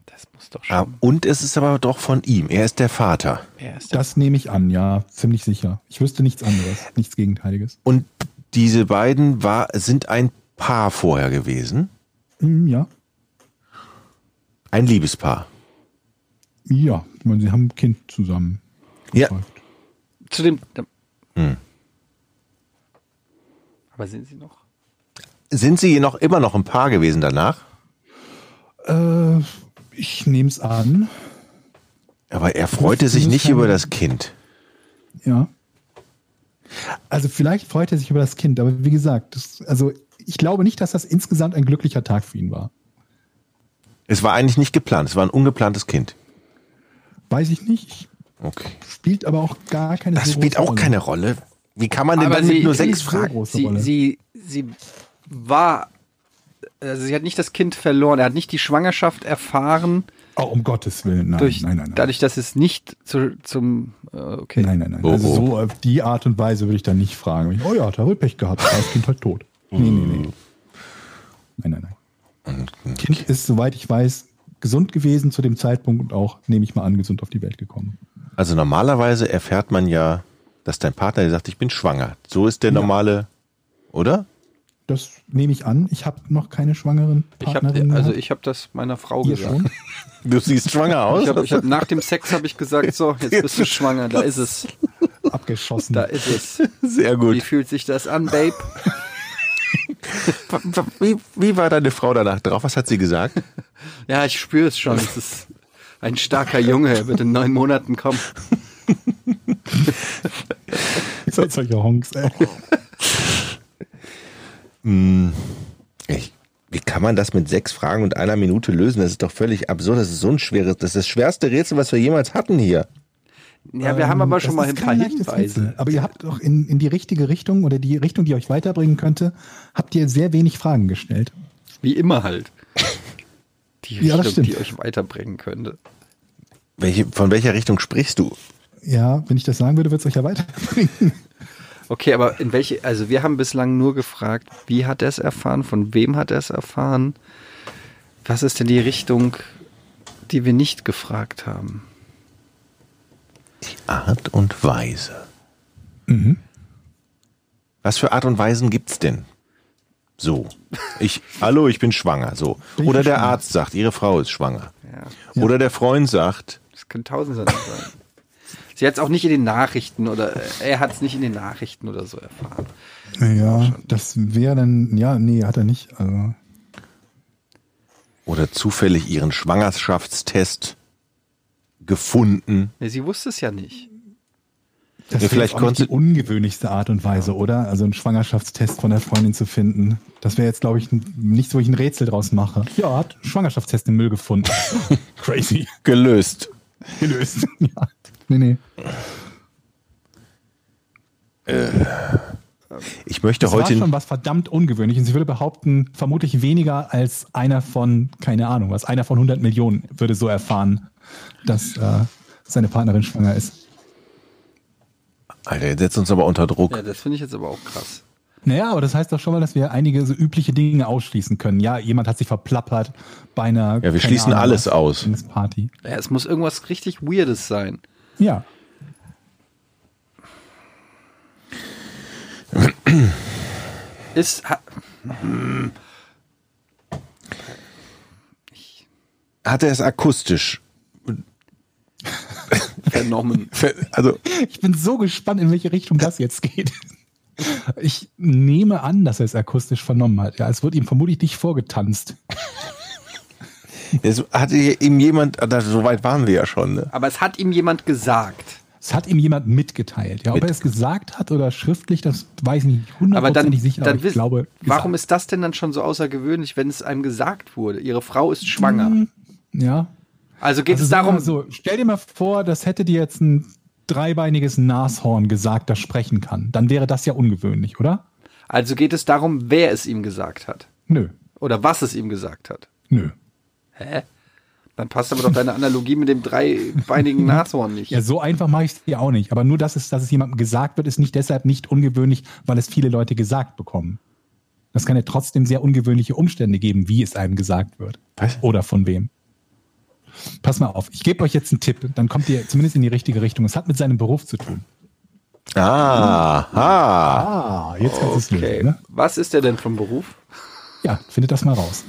Das muss doch Ah, schon. und es ist aber doch von ihm. Er ist der Vater. Er ist Das nehme ich an, ja. Ziemlich sicher. Ich wüsste nichts anderes. Nichts Gegenteiliges. Und diese beiden war, sind ein Paar vorher gewesen. Hm, ja. Ein Liebespaar. Ja, ich meine, sie haben ein Kind zusammen. Ja. gezeugt. Zu dem. Aber sind sie noch? Sind Sie noch immer noch ein Paar gewesen danach? Äh, ich nehme es an. Aber er freute sich nicht über das Kind. Ja. Also vielleicht freut er sich über das Kind, aber wie gesagt, das, also ich glaube nicht, dass das insgesamt ein glücklicher Tag für ihn war. Es war eigentlich nicht geplant, es war ein ungeplantes Kind. Weiß ich nicht. Okay. Spielt aber auch gar keine Das so spielt große auch Rolle. keine Rolle. Wie kann man denn Aber dann mit sie- nur sie sechs ist fragen? große sie, Rolle. sie, sie war, also sie hat nicht das Kind verloren, er hat nicht die Schwangerschaft erfahren, Oh, um Gottes Willen, nein, durch, nein, nein, nein. dadurch, dass es nicht zu, zum, äh, okay. Nein, nein, nein. Oh, Also oh. so auf die Art und Weise würde ich dann nicht fragen. Ich, oh ja, da hat Pech gehabt, da ist das Kind halt tot. Nee, nee, nee. Nein, nein, nein. Kind ist, soweit ich weiß, gesund gewesen zu dem Zeitpunkt und auch, nehme ich mal an, gesund auf die Welt gekommen. Also normalerweise erfährt man ja, dass dein Partner dir sagt, ich bin schwanger. So ist der normale, oder? Das nehme ich an. Ich habe noch keine schwangeren Ich hab, Partnerin. also gehabt. ich habe das meiner Frau Ihr gesagt. schon. Du siehst schwanger aus. Ich hab, ich hab, nach dem Sex habe ich gesagt, so, jetzt bist du schwanger, da ist es, Abgeschossen. da ist es. Sehr Wie gut. fühlt sich das an, Babe? Wie, wie war deine Frau danach drauf? Was hat sie gesagt? Ja, ich spüre es schon, es ist ein starker Junge, er wird in neun Monaten kommen. Seid solche Oh, Honks, ey. Hm. Ich, wie kann man das mit sechs Fragen und einer Minute lösen? Das ist doch völlig absurd. Das ist so ein schweres, das ist das schwerste Rätsel, was wir jemals hatten hier. Ja, wir haben aber schon Das mal Ähm, ist ein kein paar leichtes Hinweise. Rätsel. Aber ihr habt doch in, in die richtige Richtung oder die Richtung, die euch weiterbringen könnte, habt ihr sehr wenig Fragen gestellt. Wie immer halt. Die Ja, das Richtung, die stimmt. euch weiterbringen könnte. Welche, von welcher Richtung sprichst du? Ja, wenn ich das sagen würde, würde es euch ja weiterbringen. Okay, aber in welche, also wir haben bislang nur gefragt, wie hat er es erfahren, von wem hat er es erfahren, was ist denn die Richtung, die wir nicht gefragt haben? Art und Weise. Mhm. Was für Art und Weisen gibt's denn? So. Ich, hallo, ich bin schwanger. So. Bin ich Oder der schwanger? Arzt sagt, ihre Frau ist schwanger. Ja, Oder der Freund sagt, das können tausend Sachen sein. Sie hat es auch nicht in den Nachrichten oder äh, er hat es nicht in den Nachrichten oder so erfahren. Ja, das wäre dann, ja, nee, hat er nicht. Also, oder zufällig ihren Schwangerschaftstest gefunden. Nee, sie wusste es ja nicht. das Ja, ja, vielleicht vielleicht auch nicht die konnte- ungewöhnlichste Art und Weise, oder? Also einen Schwangerschaftstest von der Freundin zu finden. Das wäre jetzt, glaube ich, n- nichts, wo ich ein Rätsel draus mache. Ja, hat einen Schwangerschaftstest im Müll gefunden. Crazy. Gelöst. Gelöst. ja. Nee, nee. Ich möchte Das heute. war schon was verdammt Ungewöhnliches. Ich würde behaupten, vermutlich weniger als einer von, keine Ahnung was, einer von 100 Millionen würde so erfahren, dass äh, seine Partnerin schwanger ist. Alter, jetzt setzt uns aber unter Druck. Ja, das finde ich jetzt aber auch krass. Naja, aber das heißt doch schon mal, dass wir einige so übliche Dinge ausschließen können. Ja, jemand hat sich verplappert bei einer. Ja, wir keine schließen Ahnung alles was, aus. Party. Ja, es muss irgendwas richtig Weirdes sein. Ja. Ist, ha, Hat er es akustisch? vernommen. Also, Ich bin so gespannt, in welche Richtung das jetzt geht. Ich nehme an, dass er es akustisch vernommen hat. Ja, es wird ihm vermutlich nicht vorgetanzt. es hatte ihm jemand, ah, das- so weit waren wir ja schon, ne? Aber es hat ihm jemand gesagt. Es hat ihm jemand mitgeteilt. Ja, ob Mit- er es gesagt hat oder schriftlich, das weiß ich nicht hundertprozentig Aber dann, sicher. dann aber ich wissen- glaube, warum ist das denn dann schon so außergewöhnlich, wenn es einem gesagt wurde? Ihre Frau ist schwanger. Hm, ja? Also geht Mm. Also es sagen wir darum, mal So, stell dir mal vor, das hätte dir jetzt ein dreibeiniges Nashorn gesagt, das sprechen kann. Dann wäre das ja ungewöhnlich, oder? also geht es darum, wer es ihm gesagt hat Nö, oder was es ihm gesagt hat. nö. Hä? Dann passt aber doch deine Analogie mit dem dreibeinigen Nashorn nicht. Ja, so einfach mache ich es dir auch nicht. Aber nur, dass es, dass es jemandem gesagt wird, ist nicht deshalb nicht ungewöhnlich, weil es viele Leute gesagt bekommen. Das kann ja trotzdem sehr ungewöhnliche Umstände geben, wie es einem gesagt wird. Was? Oder von wem. Pass mal auf, ich gebe euch jetzt einen Tipp, dann kommt ihr zumindest in die richtige Richtung. Es hat mit seinem Beruf zu tun. Mhm. Aha. Ah, jetzt kannst du es Okay. lösen. Ne? Was ist er denn vom Beruf? Ja, findet das mal raus.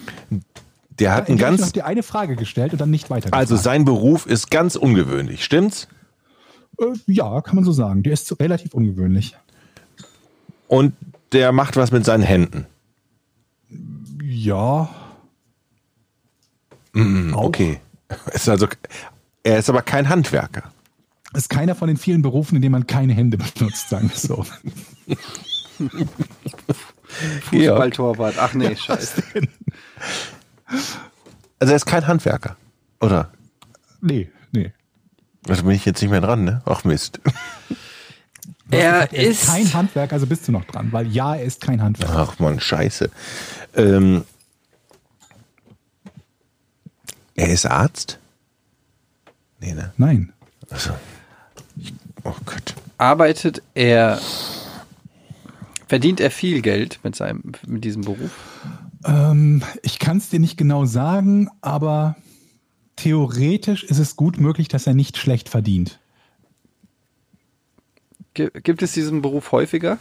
Der hat einen Ich habe noch ganz. die eine Frage gestellt und dann nicht weiter. Also sein Beruf ist ganz ungewöhnlich, stimmt's? äh, ja, kann man so sagen. Der ist relativ ungewöhnlich. Und der macht was mit seinen Händen. Ja, Mhm, Okay. Ist also, er ist aber kein Handwerker. ist keiner von den vielen Berufen, in denen man keine Hände benutzt, sagen wir so. Fußballtorwart. Ach nee, scheiße. Also er ist kein Handwerker. Oder? Nee, nee. Da bin ich jetzt nicht mehr dran, ne? Ach Mist. Er Er ist ist. kein Handwerk, also bist du noch dran, weil ja, er ist kein Handwerk. Ach man, scheiße. Ähm, er ist Arzt? Nee, ne? Nein. Also, oh Gott. Arbeitet er. Verdient er viel Geld mit, seinem, mit diesem Beruf? Ähm, ich kann es dir nicht genau sagen, aber theoretisch ist es gut möglich, dass er nicht schlecht verdient. Gi- Gibt es diesen Beruf häufiger?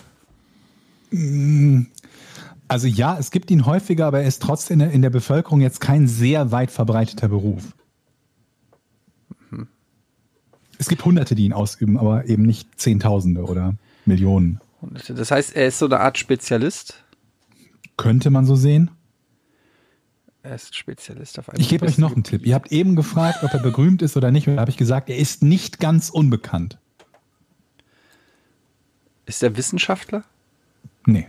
Also ja, es gibt ihn häufiger, aber er ist trotzdem in der, in der Bevölkerung jetzt kein sehr weit verbreiteter Beruf. Mhm. Es gibt Hunderte, die ihn ausüben, aber eben nicht Zehntausende oder Millionen. Das heißt, er ist so eine Art Spezialist? Könnte man so sehen? Er ist Spezialist auf einem Ich gebe euch noch einen Tipp. Ihr habt eben gefragt, ob er berühmt ist oder nicht. Und da habe ich gesagt, er ist nicht ganz unbekannt. Ist er Wissenschaftler? Nee.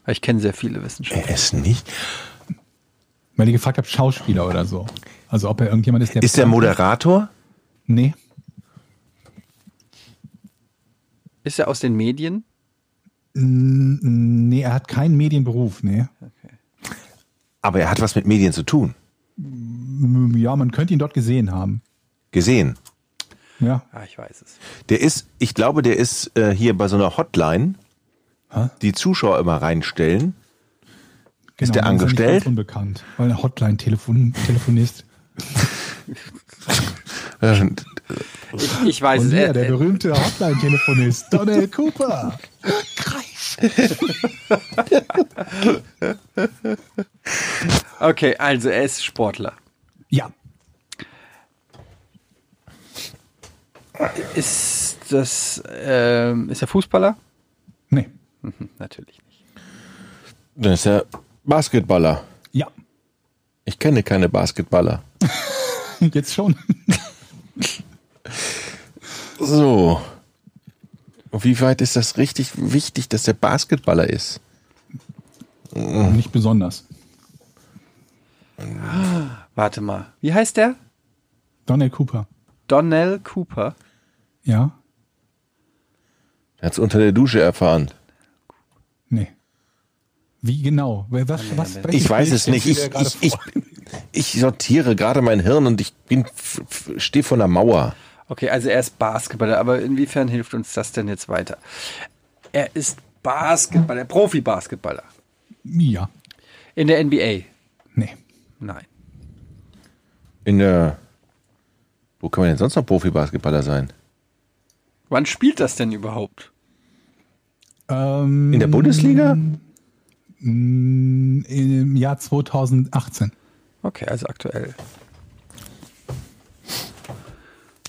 Weil Ah, Ich kenne sehr viele Wissenschaftler. Er ist nicht. Weil ihr gefragt habt, Schauspieler oder so. Also ob er irgendjemand ist, der... Ist er Moderator? Nee. Ist er aus den Medien? Nee, er hat keinen Medienberuf. Nee. Aber er hat was mit Medien zu tun. Ja, man könnte ihn dort gesehen haben. Gesehen. Ja. Ah, ich weiß es. Der ist, ich glaube, der ist äh, hier bei so einer Hotline, die Zuschauer immer reinstellen. Genau, der man ja nicht angestellt? ganz unbekannt, weil er Hotline-Telefonist. Ich, ich Also weiß Und es. ja, Er, der er, berühmte Hotline-Telefonist, Donald Cooper. okay, also er ist Sportler. Ja, Ist das. Ähm, ist er Fußballer? nee, Hm, Natürlich nicht. Dann ist er Basketballer. ja, Ich kenne keine Basketballer. jetzt schon. So. Und wie weit ist das richtig wichtig, dass der Basketballer ist? Oh. Nicht besonders. Warte mal. Wie heißt der? Donald Cooper, Donnell Cooper. ja, Er hat es unter der Dusche erfahren. nee. Wie genau? Wer- Was, was, Ich welches weiß Bild es nicht. stellst du Ich, dir ich, gerade ich, vor? ich sortiere gerade mein Hirn und ich bin f- f- stehe vor einer Mauer. Okay, also er ist Basketballer, aber inwiefern hilft uns das denn jetzt weiter? Er ist Basketballer, Profi-Basketballer. Ja, In der NBA? nee. Nein. In der. Wo kann man denn sonst noch Profi-Basketballer sein? Wann spielt das denn überhaupt? Ähm, In der Bundesliga? in- Im Jahr 2018. Okay, also aktuell.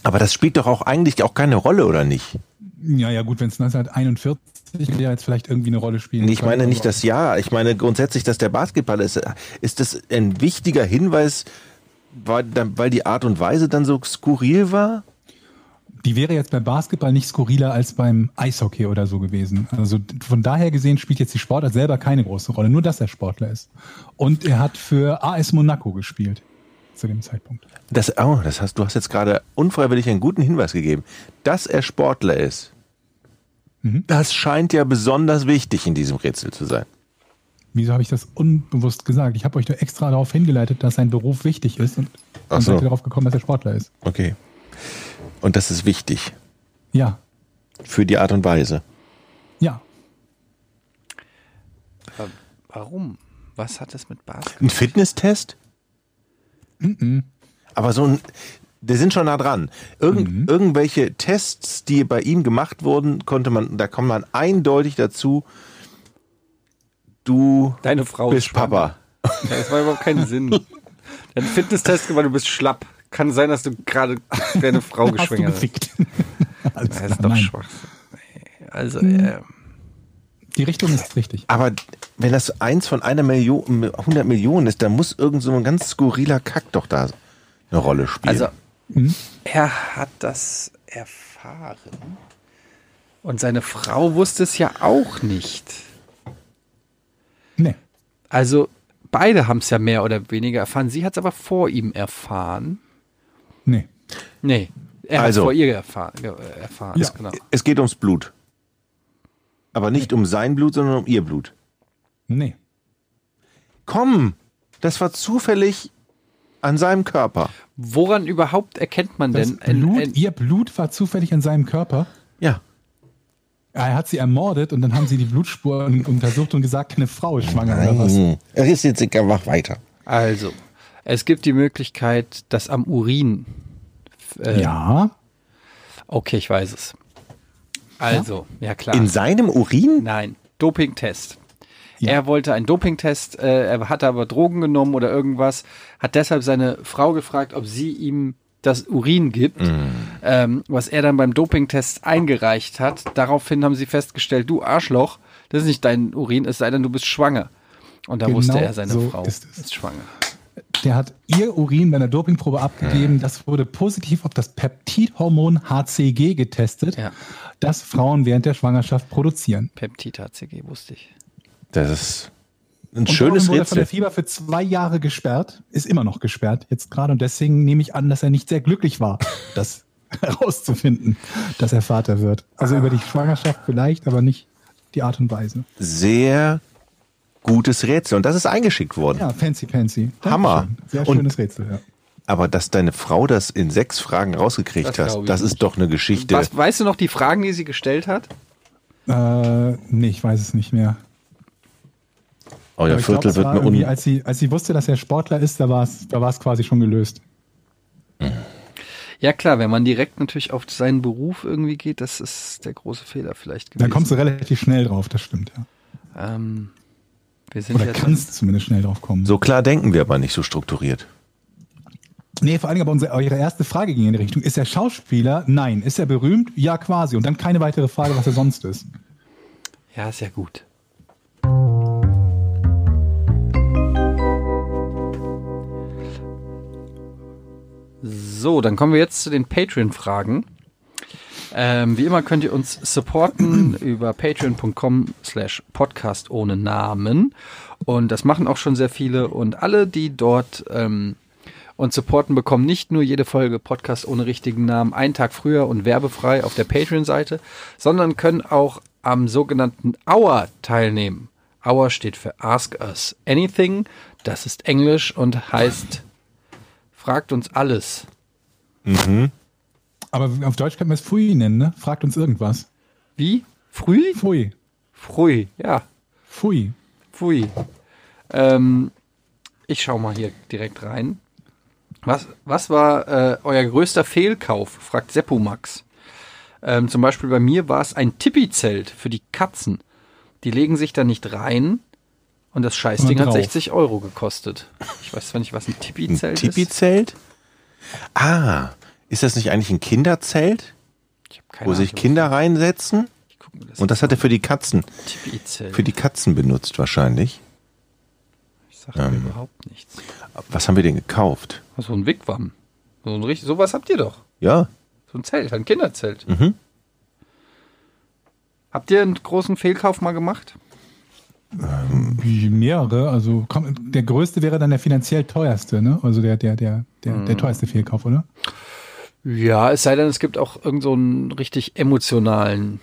Aber das spielt doch auch eigentlich auch keine Rolle, oder nicht? Ja, ja, gut, wenn es 1941 wäre, jetzt vielleicht irgendwie eine Rolle spielen. Ich meine können, nicht aber- das Jahr. Ich meine grundsätzlich, dass der Basketballer ist. Ist das ein wichtiger Hinweis, weil, dann- weil die Art und Weise dann so skurril war? Die wäre jetzt beim Basketball nicht skurriler als beim Eishockey oder so gewesen. Also von daher gesehen spielt jetzt die Sportart selber keine große Rolle, nur dass er Sportler ist. Und er hat für AS Monaco gespielt zu dem Zeitpunkt. Das, oh, das hast, du hast jetzt gerade unfreiwillig einen guten Hinweis gegeben, dass er Sportler ist. Das scheint ja besonders wichtig in diesem Rätsel zu sein. Wieso habe ich das unbewusst gesagt? Ich habe euch da extra darauf hingeleitet, dass sein Beruf wichtig ist und Ach dann so. seid ihr darauf gekommen, dass er Sportler ist. Okay. Und das ist wichtig Ja, für die Art und Weise. ja. Aber Warum? Was hat das mit Basketball? Ein Fitnesstest? Aber so ein. Wir sind schon nah dran. Irgend, Irgendwelche Tests, die bei ihm gemacht wurden, konnte man, da kommt man eindeutig dazu, du Deine Frau bist schwanger. Papa. Ja, das war überhaupt keinen Sinn. Der hat einen Fitnesstest gemacht, du bist schlapp. Kann sein, dass du gerade deine Frau Hast du geschwängert hast. gefickt. Alles Das klar, ist doch nein. Schwachsinn. Nee, Also, äh, Die Richtung ist richtig. Aber wenn das eins von einer Million, 100 Millionen ist, dann muss irgend so ein ganz skurriler Kack doch da eine Rolle spielen. also er hat das erfahren. Und seine Frau wusste es ja auch nicht. Nee. Also, beide haben es ja mehr oder weniger erfahren. Sie hat es aber vor ihm erfahren. Nee. Nee, er hat es Also. vor ihr erfahren. äh, erfahren. Ja. Genau. es geht ums Blut. Aber nicht um sein Blut, sondern um ihr Blut. Nee. Komm, das war zufällig an seinem Körper. Woran überhaupt erkennt man Das denn? ein- Blut, ein- ihr Blut war zufällig an seinem Körper. Ja. Er hat sie ermordet und dann haben sie die Blutspuren untersucht und gesagt, eine Frau ist schwanger oder was. Mhm. Er ist jetzt egal, mach weiter. Also, es gibt die Möglichkeit, dass am Urin. Äh, Ja. Okay, ich weiß es. Also, ja, klar. In seinem Urin? Nein, Dopingtest. Ja. Er wollte einen Dopingtest, äh, er hatte aber Drogen genommen oder irgendwas, hat deshalb seine Frau gefragt, ob sie ihm das Urin gibt, Mhm. ähm, was er dann beim Dopingtest eingereicht hat. Daraufhin haben sie festgestellt, du Arschloch, das ist nicht dein Urin, es sei denn, du bist schwanger. Und da Genau wusste er, seine so Frau ist es. ist schwanger. Der hat ihr Urin bei einer Dopingprobe abgegeben. Das wurde positiv auf das Peptidhormon HCG getestet, Ja. das Frauen während der Schwangerschaft produzieren. Peptid HCG, wusste ich. Das ist ein Und schönes Dolan wurde von Rätsel. der Fieber für zwei Jahre gesperrt, ist immer noch gesperrt jetzt gerade. Und deswegen nehme ich an, dass er nicht sehr glücklich war, das herauszufinden, dass er Vater wird. Also Ah. über die Schwangerschaft vielleicht, aber nicht die Art und Weise. Sehr gutes Rätsel. Und das ist eingeschickt worden. Ja, fancy, fancy. Dankeschön. Hammer. Sehr Und- schönes Rätsel, ja. Aber dass deine Frau das in sechs Fragen rausgekriegt Das hat, glaub ich das ist nicht. doch eine Geschichte. Was, weißt du noch die Fragen, die sie gestellt hat? Äh, nee, ich weiß es nicht mehr. Euer Aber ich glaub, Viertel es wird war eine irgendwie, Un als sie, als sie wusste, dass er Sportler ist, da war es da war's quasi schon gelöst. Ja klar, wenn man direkt natürlich auf seinen Beruf irgendwie geht, das ist der große Fehler vielleicht gewesen. Da kommst du relativ schnell drauf, das stimmt, ja. Ähm, wir sind Oder jetzt kannst zumindest schnell drauf kommen. So klar denken wir aber nicht so strukturiert. Nee, vor allem aber unsere, eure erste Frage ging in die Richtung. Ist er Schauspieler? Nein. Ist er berühmt? Ja, quasi. Und dann keine weitere Frage, was er sonst ist. Ja, ist ja gut. So, dann kommen wir jetzt zu den Patreon-Fragen. Ähm, wie immer könnt ihr uns supporten über patreon.com slash podcast ohne Namen. Und das machen auch schon sehr viele. Und alle, die dort ähm, uns supporten, bekommen nicht nur jede Folge Podcast ohne richtigen Namen einen Tag früher und werbefrei auf der Patreon-Seite, sondern können auch am sogenannten Hour teilnehmen. Hour steht für Ask Us Anything. Das ist Englisch und heißt Fragt uns alles. Aber auf Deutsch können wir es Fui nennen, ne? Fragt uns irgendwas. Wie? Früh? Fui. Früh, ja. Fui. Pfui. Ähm, ich schau mal hier direkt rein. Was, was war äh, euer größter Fehlkauf? fragt Seppumax. Ähm, zum Beispiel bei mir war es ein Tippizelt für die Katzen. Die legen sich da nicht rein und das Scheißding Sondern hat drauf. 60 Euro gekostet. Ich weiß zwar nicht, was ein Ein Tippizelt ist. Tipi-Zelt? Ah, ist das nicht eigentlich ein Kinderzelt, Ich hab keine wo sich Ahnung. Kinder reinsetzen? Ich guck mir das Und das hat er für die Katzen, Tipizelt. für die Katzen benutzt wahrscheinlich. ich sag mir Ähm. überhaupt nichts. Was haben wir denn gekauft? So ein Wigwam. So ein richtig, sowas habt ihr doch. Ja, So ein Zelt, ein Kinderzelt. Habt ihr einen großen Fehlkauf mal gemacht? Wie Mehrere. Also komm, der größte wäre dann der finanziell teuerste, ne? Also der, der, der, der, der teuerste Fehlkauf, oder? Ja, es sei denn, es gibt auch irgendeinen so einen richtig emotionalen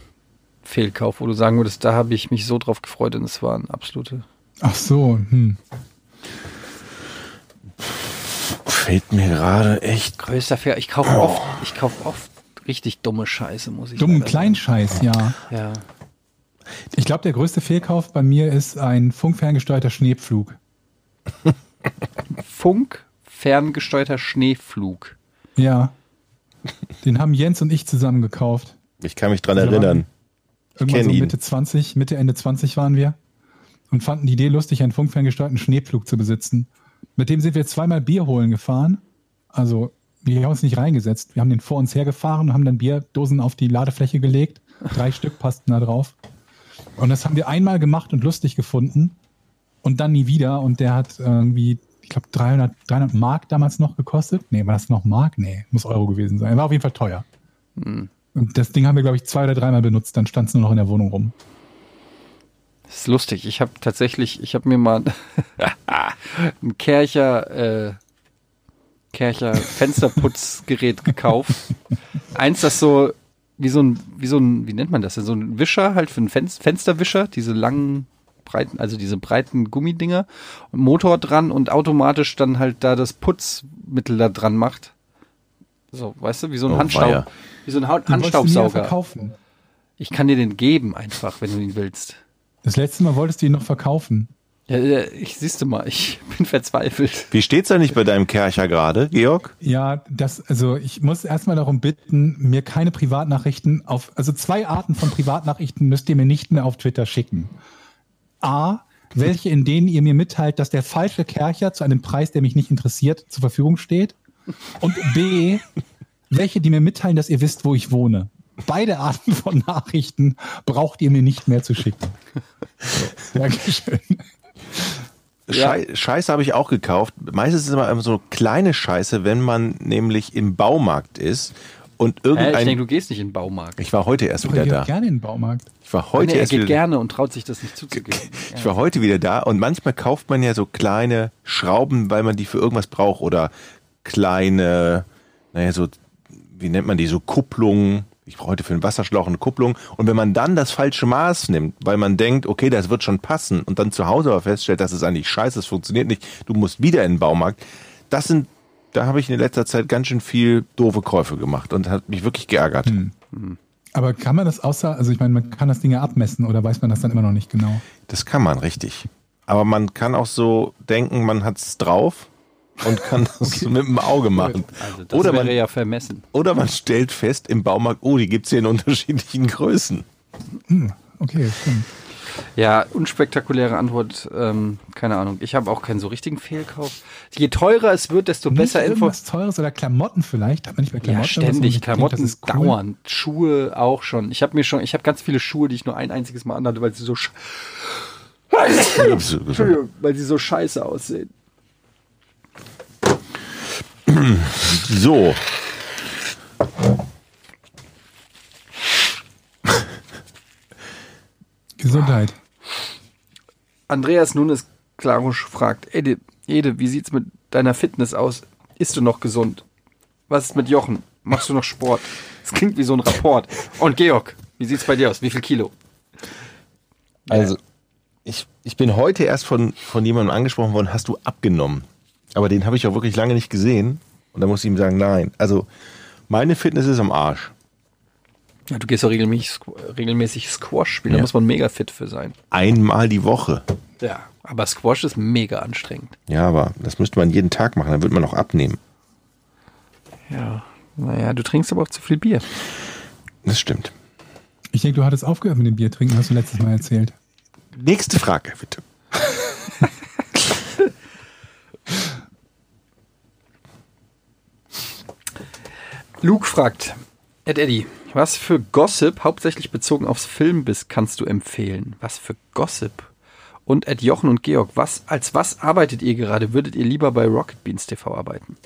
Fehlkauf, wo du sagen würdest, da habe ich mich so drauf gefreut und es war ein absolute. Ach so, hm. fällt mir gerade echt. Größter Fehl. Ich kaufe oft, ich kaufe oft richtig dumme Scheiße, muss ich Dummen leider sagen. Kleinscheiß, ja. Ja. Ich glaube, der größte Fehlkauf bei mir ist ein funkferngesteuerter Schneepflug. Funk, ferngesteuerter Schneeflug. Ja. Den haben Jens und ich zusammen gekauft. Ich kann mich dran Also, erinnern. Irgendwann kenn so ihn. Mitte 20, Mitte, Ende 20 waren wir. und fanden die Idee lustig, einen funkferngesteuerten Schneepflug zu besitzen. Mit dem sind wir zweimal Bier holen gefahren. Also, wir haben uns nicht reingesetzt. Wir haben den vor uns hergefahren und haben dann Bierdosen auf die Ladefläche gelegt. Drei Stück passten da drauf. Und das haben wir einmal gemacht und lustig gefunden. Und dann nie wieder. Und der hat äh, irgendwie, ich glaube, 300, 300 Mark damals noch gekostet. Nee, war das noch Mark? Nee, muss Euro gewesen sein. War auf jeden Fall teuer. Und das Ding haben wir, glaube ich, zwei oder dreimal benutzt. Dann stand es nur noch in der Wohnung rum. Das ist lustig. Ich habe tatsächlich, ich habe mir mal ein Kercher, äh, Kercher Fensterputzgerät gekauft. Eins, das so wie so ein, wie so ein, wie nennt man das denn? So ein Wischer halt für einen Fen Fensterwischer, diese langen, breiten, also diese breiten Gummidinger, und Motor dran und automatisch dann halt da das Putzmittel da dran macht. So, weißt du, wie so ein Oh, Handstaub, weia. wie so ein Haut- Den wolltest du mir ja Handstaubsauger. verkaufen. Ich kann dir den geben einfach, wenn du ihn willst. Das letzte Mal wolltest du ihn noch verkaufen. Ja, ja, ich siehst du mal, ich bin verzweifelt. Wie steht's da nicht bei deinem Kercher gerade, Georg? Ja, das, also ich muss erstmal darum bitten, mir keine Privatnachrichten auf, also zwei Arten von Privatnachrichten müsst ihr mir nicht mehr auf Twitter schicken. A, welche, in denen ihr mir mitteilt, dass der falsche Kercher zu einem Preis, der mich nicht interessiert, zur Verfügung steht. Und B, welche, die mir mitteilen, dass ihr wisst, wo ich wohne. Beide Arten von Nachrichten braucht ihr mir nicht mehr zu schicken. So, Dankeschön. Schei Scheiße habe ich auch gekauft. Meistens ist es immer so kleine Scheiße, wenn man nämlich im Baumarkt ist und Hä, ich irgendein. denke, du gehst nicht in den Baumarkt. ich war heute erst wieder Ich da. gehe gerne in den Baumarkt. Ich war heute nee, er erst geht wieder gerne und traut sich das nicht zuzugeben. Ich war heute wieder da und manchmal kauft man ja so kleine Schrauben, weil man die für irgendwas braucht oder kleine, naja, so, wie nennt man die, so Kupplungen. Ich brauche heute für einen Wasserschlauch eine Kupplung. Und wenn man dann das falsche Maß nimmt, weil man denkt, okay, das wird schon passen und dann zu Hause aber feststellt, das ist eigentlich scheiße, das funktioniert nicht, du musst wieder in den Baumarkt. Das sind, da habe ich in letzter Zeit ganz schön viel doofe Käufe gemacht und hat mich wirklich geärgert. Aber kann man das außer, also ich meine, man kann das Ding ja abmessen oder weiß man das dann immer noch nicht genau? Das kann man, richtig. Aber man kann auch so denken, man hat's drauf und kann das mit dem Auge machen. Also das oder, wäre man, ja vermessen. oder man stellt fest im Baumarkt, oh, die gibt's hier in unterschiedlichen Größen. Okay, stimmt. Ja, unspektakuläre Antwort. Ähm, keine Ahnung. Ich habe auch keinen so richtigen Fehlkauf. Je teurer es wird, desto besser Nicht Info. irgendwas Teures oder Klamotten vielleicht? Hat man nicht mehr Klamotten? Ja, oder so, wo man ständig. sich denkt, Klamotten das ist cool? dauernd. Schuhe auch schon. Ich habe mir schon, ich habe ganz viele Schuhe, die ich nur ein einziges Mal anhatte, weil sie so, sch Entschuldigung, weil sie so scheiße aussehen. So. Gesundheit. Andreas Nunes Klarusch fragt, Ede, Ede, wie sieht's mit deiner Fitness aus? Ist du noch gesund? Was ist mit Jochen? Machst du noch Sport? Das klingt wie so ein Rapport. Und Georg, wie sieht's bei dir aus? Wie viel Kilo? Also, ich, ich bin heute erst von, von jemandem angesprochen worden, hast du abgenommen? Aber den habe ich auch wirklich lange nicht gesehen. Und da muss ich ihm sagen, nein. Also, meine Fitness ist am Arsch. Ja, du gehst ja regelmäßig, Squ- regelmäßig Squash spielen, da Ja. muss man mega fit für sein. Einmal die Woche. Ja. Aber Squash ist mega anstrengend. Ja, aber das müsste man jeden Tag machen, dann wird man auch abnehmen. Ja. Naja, du trinkst aber auch zu viel Bier. Das stimmt. Ich denke, du hattest aufgehört mit dem Bier trinken, hast du letztes Mal erzählt. Nächste Frage, bitte. Luke fragt, Ed Eddy, was für Gossip, hauptsächlich bezogen aufs Filmbiss, kannst du empfehlen? Was für Gossip? Und Ed Jochen und Georg, was, als was arbeitet ihr gerade? Würdet ihr lieber bei Rocket Beans TV arbeiten?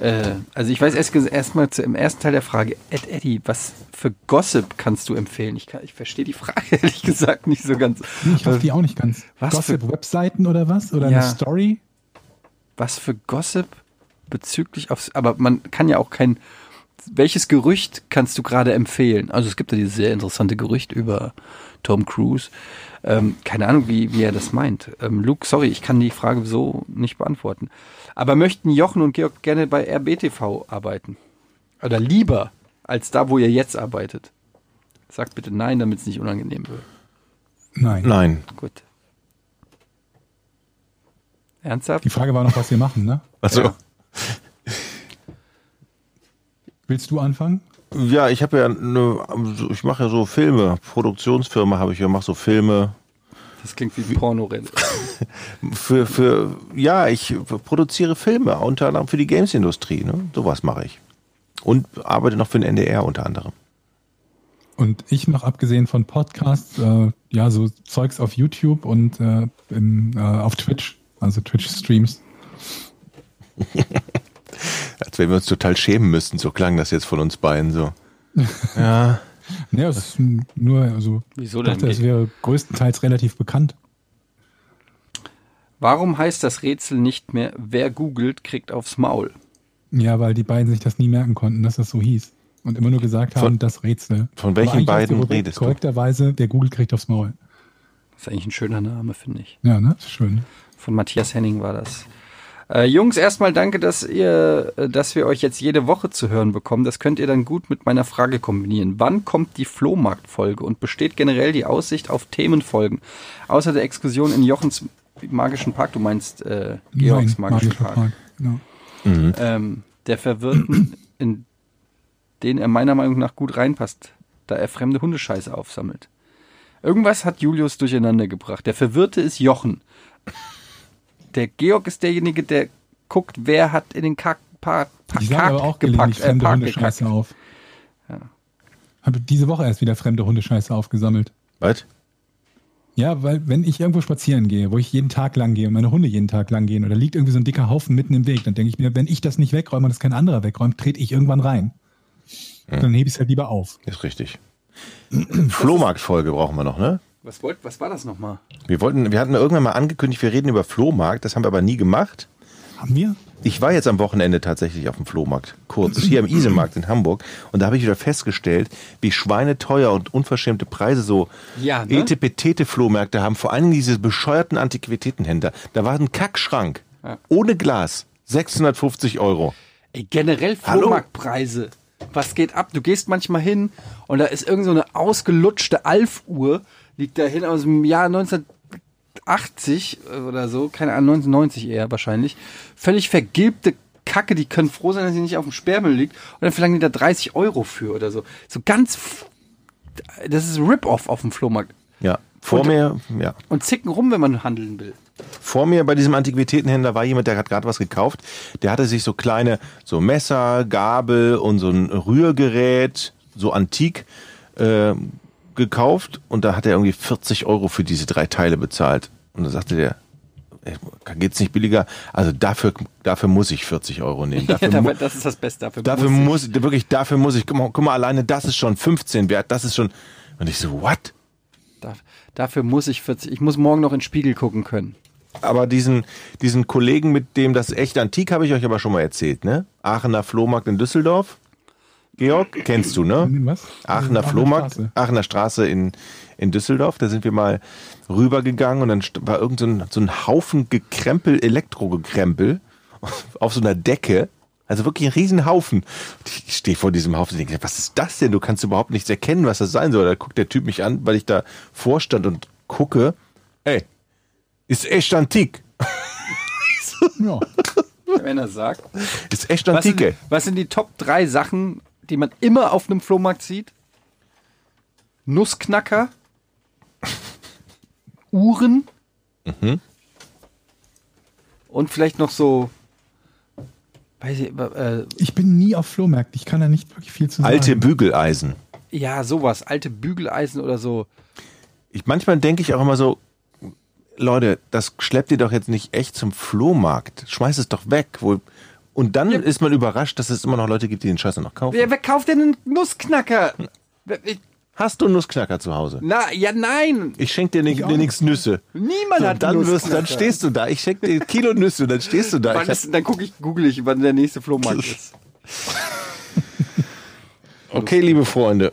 Äh, also ich weiß erst erstmal zu, im ersten Teil der Frage, Ed Eddy, was für Gossip kannst du empfehlen? Ich, kann, ich verstehe die Frage ehrlich gesagt nicht so ganz. Nee, Ich hoffe die auch nicht ganz. was Gossip-Webseiten oder was? Oder Ja. eine Story? was für Gossip bezüglich aufs. Aber man kann ja auch kein. Welches Gerücht kannst du gerade empfehlen? Also es gibt ja dieses sehr interessante Gerücht über Tom Cruise. Ähm, keine Ahnung, wie, wie er das meint. Ähm, Luke, sorry, ich kann die Frage so nicht beantworten. Aber möchten Jochen und Georg gerne bei RBTV arbeiten? Oder lieber als da, wo ihr jetzt arbeitet? Sagt bitte nein, damit es nicht unangenehm wird. Nein. Nein. Gut. Ernsthaft? Die Frage war noch, was wir machen, ne? Also, Ja. ja, Willst du anfangen? ich ne, also habe ja, eine, ich mache ja so Filme, Produktionsfirma habe ich ja, mache so Filme, Das klingt wie ein Pornorelle. Für, für, ja, ich produziere Filme, unter anderem für die Games-Industrie. Ne? Sowas mache ich. Und arbeite noch für den NDR unter anderem. Und ich noch abgesehen von Podcasts, äh, ja, so Zeugs auf YouTube und äh, im, äh, auf Twitch, also Twitch-Streams. Als wenn wir uns total schämen müssten, so klang das jetzt von uns beiden so. Ja. Naja, es ist n- nur, also Wieso ich dachte, denn? es wäre größtenteils relativ bekannt. Warum heißt das Rätsel nicht mehr, wer googelt, kriegt aufs Maul? Ja, weil die beiden sich das nie merken konnten, dass das so hieß. Und immer nur gesagt haben, Von- das Rätsel. von welchen Aber eigentlich beiden hast du korrekt- redest du? Korrekterweise, der Google kriegt aufs Maul. Das ist eigentlich ein schöner Name, finde ich. Ja, ne? Ist Schön. Von Matthias Henning war das. Äh, Jungs, erstmal danke, dass ihr, äh, dass wir euch jetzt jede Woche zu hören bekommen. Das könnt ihr dann gut mit meiner Frage kombinieren. Wann kommt die Flohmarktfolge und besteht generell die Aussicht auf Themenfolgen? Außer der Exkursion in Jochens magischen Park, du meinst äh, Georgs Nein, magischen magischer Park, Genau. Ähm, der Verwirrten, in den er meiner Meinung nach gut reinpasst, da er fremde Hundescheiße aufsammelt. Irgendwas hat Julius durcheinander gebracht. Der Verwirrte ist Jochen. Der Georg ist derjenige, der guckt, wer hat in den Kack, pa, pa, Ich sage aber auch äh, gelegentlich äh, fremde Hundescheiße auf. Habe diese Woche erst wieder fremde Hundescheiße aufgesammelt. Was? Ja, weil wenn ich irgendwo spazieren gehe, wo ich jeden Tag lang gehe und meine Hunde jeden Tag lang gehen, oder liegt irgendwie so ein dicker Haufen mitten im Weg, dann denke ich mir, wenn ich das nicht wegräume und das kein anderer wegräumt, trete ich irgendwann rein. Dann hebe ich es halt lieber auf. Ist richtig. Flohmarktfolge brauchen wir noch, ne? Was, wollt, was war das nochmal? Wir wollten, wir hatten irgendwann mal angekündigt, wir reden über Flohmarkt, das haben wir aber nie gemacht. Haben wir? Ich war jetzt am Wochenende tatsächlich auf dem Flohmarkt, kurz, hier am Isemarkt in Hamburg. Und da habe ich wieder festgestellt, wie schweineteuer und unverschämte Preise so Ja, ne? etepetete Flohmärkte haben. Vor allem diese bescheuerten Antiquitätenhändler. Da war ein Kackschrank, ohne Glas, 650 Euro. Ey, generell Hallo? Flohmarktpreise. Was geht ab? Du gehst manchmal hin und da ist irgend so eine ausgelutschte Alf-Uhr, liegt da hin aus dem Jahr 1980 oder so, keine Ahnung, 1990 eher wahrscheinlich. Völlig vergilbte Kacke, die können froh sein, dass sie nicht auf dem Sperrmüll liegt und dann verlangen die da 30 Euro für oder so. So ganz, f- das ist Rip-Off auf dem Flohmarkt. Ja, vor Und- mir, ja. Und zicken rum, wenn man handeln will. Vor mir bei diesem Antiquitätenhändler war jemand, der hat gerade was gekauft. Der hatte sich so kleine, so Messer, Gabel und so ein Rührgerät, so antik, äh, gekauft. Und da hat er irgendwie 40 Euro für diese drei Teile bezahlt. Und da sagte der, ey, geht's nicht billiger? Also dafür, dafür muss ich 40 Euro nehmen. Dafür, ja, mu- damit, das ist das Beste. Dafür, dafür muss ich- muss, ich, wirklich, dafür muss ich, guck mal, guck mal, alleine das ist schon 15 wert, das ist schon, und ich so, what? da, dafür muss ich 40, ich muss morgen noch in den Spiegel gucken können. Aber diesen, diesen Kollegen, mit dem das echt antik, habe ich euch aber schon mal erzählt, ne? Aachener Flohmarkt in Düsseldorf. Georg, kennst du, ne? Was? Also Aachener Flohmarkt, Straße. Aachener Straße in, in Düsseldorf. Da sind wir mal rübergegangen und dann st- war irgend so ein, so ein Haufen Gekrempel, Elektrogekrempel auf so einer Decke. Also wirklich ein Riesenhaufen. Und Ich stehe vor diesem Haufen und denke, was ist das denn? Du kannst überhaupt nichts erkennen, was das sein soll. Da guckt der Typ mich an, weil ich da vorstand und gucke. Ey, ist echt antik. Ja. Wenn er sagt. Ist echt Was sind, antike. die- was sind die Top 3 Sachen, die man immer auf einem Flohmarkt sieht? Nussknacker, Uhren Mhm. und vielleicht noch so, weiß ich, äh, Ich bin nie auf Flohmärkten. Ich kann da nicht wirklich viel zu sagen. Alte Bügeleisen. ja, sowas, alte Bügeleisen oder so. Ich, manchmal denke ich auch immer so, Leute, das schleppt ihr doch jetzt nicht echt zum Flohmarkt. Schmeißt es doch weg. Wo, und dann ist man überrascht, dass es immer noch Leute gibt, die den Scheiß dann noch kaufen. Wer, wer kauft denn einen Nussknacker? Wer- ich- Hast du einen Nussknacker zu Hause? Na, ja, nein, Ich schenke dir, nicht, dir nichts Nüsse. niemand So, hat dann, einen wirst, dann Nussknacker. stehst du da. Ich schenke dir ein Kilo Nüsse und dann stehst du da. Wann Ich hab, ist, dann gucke ich, google ich, wann der nächste Flohmarkt ist. okay, liebe Freunde.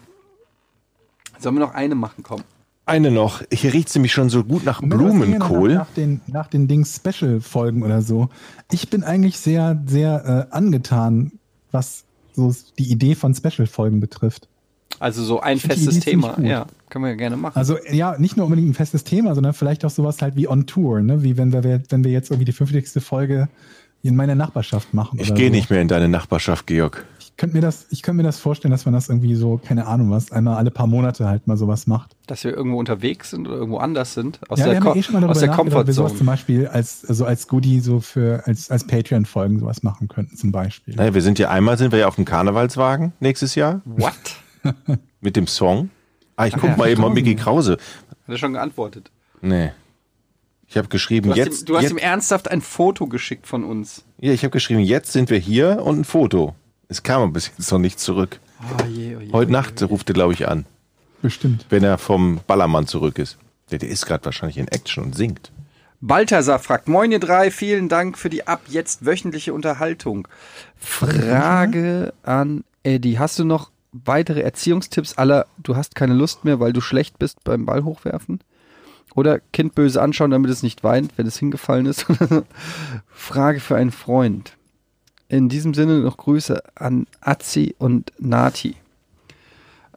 Sollen wir noch eine machen, komm. Eine noch. Hier riecht sie mich schon so gut nach Moment, was ging ja noch Nach, Blumenkohl. nach den, nach den Dings Special-Folgen oder so. Ich bin eigentlich sehr, sehr äh, angetan, was so die Idee von Special-Folgen betrifft. Also so ein find die festes Idee ziemlich Thema. gut. Ja, können wir ja gerne machen. Also äh, ja, nicht nur unbedingt ein festes Thema, sondern vielleicht auch sowas halt wie on Tour, ne? Wie wenn wir, wenn wir jetzt irgendwie die 50. Folge in meiner Nachbarschaft machen. Ich oder gehe so. nicht mehr in deine Nachbarschaft, Georg. Ich könnte mir das, ich könnte mir das vorstellen, dass man das irgendwie so, keine Ahnung was, einmal alle paar Monate halt mal sowas macht. Dass wir irgendwo unterwegs sind oder irgendwo anders sind. Aus ja, wir der, haben Ko ja eh schon mal darüber aus der nachgedacht, ob wir sowas zum Comfortzone. Beispiel als, also als Goodie so für, als, als Patreon-Folgen sowas machen könnten zum Beispiel. Naja, wir sind ja einmal sind wir ja auf dem Karnevalswagen nächstes Jahr What? Hat mit dem Song. Ah, ich guck ja. mal eben ob Mickey Krause. er schon geantwortet. Nee. Ich habe geschrieben, Du hast, jetzt. ihm, du hast jetzt ihm ernsthaft ein Foto geschickt von uns. ja, ich habe geschrieben, jetzt sind wir hier und ein Foto. Es kam aber bis jetzt noch nicht zurück. Oh je, oh je. Heute Nacht ruft er, glaube ich, an, Bestimmt. wenn er vom Ballermann zurück ist. Der, der ist gerade wahrscheinlich in Action und singt. Balthasar fragt, moin ihr drei, vielen Dank für die ab jetzt wöchentliche Unterhaltung. Frage an Eddie, hast du noch weitere Erziehungstipps aller, du hast keine Lust mehr, weil du schlecht bist beim Ball hochwerfen? Oder Kind böse anschauen, damit es nicht weint, wenn es hingefallen ist? Frage für einen Freund. In diesem Sinne noch Grüße an Azi und Nati.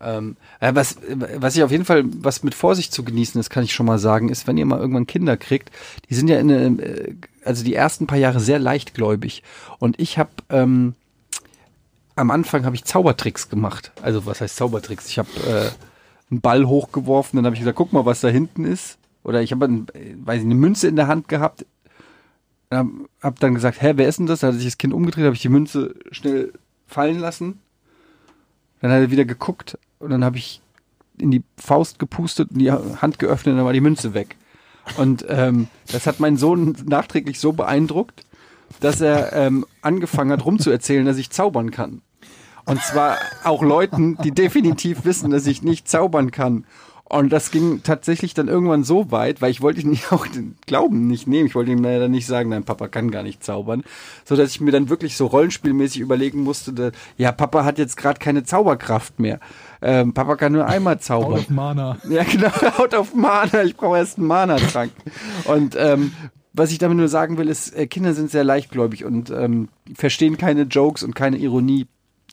Ähm, äh, was, was ich auf jeden Fall, was mit Vorsicht zu genießen ist, kann ich schon mal sagen, ist, wenn ihr mal irgendwann Kinder kriegt, die sind ja in, einem, äh, also die ersten paar Jahre sehr leichtgläubig. Und ich habe ähm, am Anfang habe ich Zaubertricks gemacht. Also was heißt Zaubertricks? Ich habe äh, einen Ball hochgeworfen, dann habe ich gesagt, guck mal, was da hinten ist. Oder ich habe, ein, äh, weiß ich, eine Münze in der Hand gehabt. Habe hab dann gesagt, hä, wer ist denn das? Da hat sich das Kind umgedreht, habe ich die Münze schnell fallen lassen. Dann hat er wieder geguckt und dann habe ich in die Faust gepustet und die Hand geöffnet und dann war die Münze weg. Und ähm, das hat meinen Sohn nachträglich so beeindruckt, dass er ähm, angefangen hat, rumzuerzählen, dass ich zaubern kann. Und zwar auch Leuten, die definitiv wissen, dass ich nicht zaubern kann. Und das ging tatsächlich dann irgendwann so weit, weil ich wollte ihn ja auch den Glauben nicht nehmen. Ich wollte ihm leider nicht sagen, nein, Papa kann gar nicht zaubern. So dass ich mir dann wirklich so rollenspielmäßig überlegen musste, da- ja, Papa hat jetzt gerade keine Zauberkraft mehr. Ähm, Papa kann nur einmal Out zaubern. of Mana. Ja, genau, haut auf Mana. Ich brauche erst einen Mana-Trank. Und ähm, was ich damit nur sagen will, ist, äh, Kinder sind sehr leichtgläubig und ähm, verstehen keine Jokes und keine Ironie.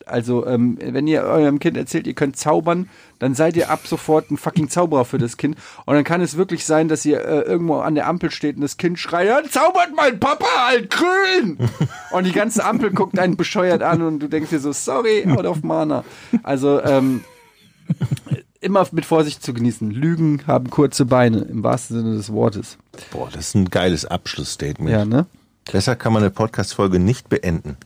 Also, ähm, wenn ihr eurem Kind erzählt, ihr könnt zaubern, dann seid ihr ab sofort ein fucking Zauberer für das Kind. Und dann kann es wirklich sein, dass ihr äh, irgendwo an der Ampel steht und das Kind schreit, ja, zaubert mein Papa halt grün! und die ganze Ampel guckt einen bescheuert an und du denkst dir so, sorry, out of Mana. Also, ähm, immer mit Vorsicht zu genießen. Lügen haben kurze Beine, im wahrsten Sinne des Wortes. Boah, das ist ein geiles Abschlussstatement. Ja, ne? Besser kann man eine Podcast-Folge nicht beenden.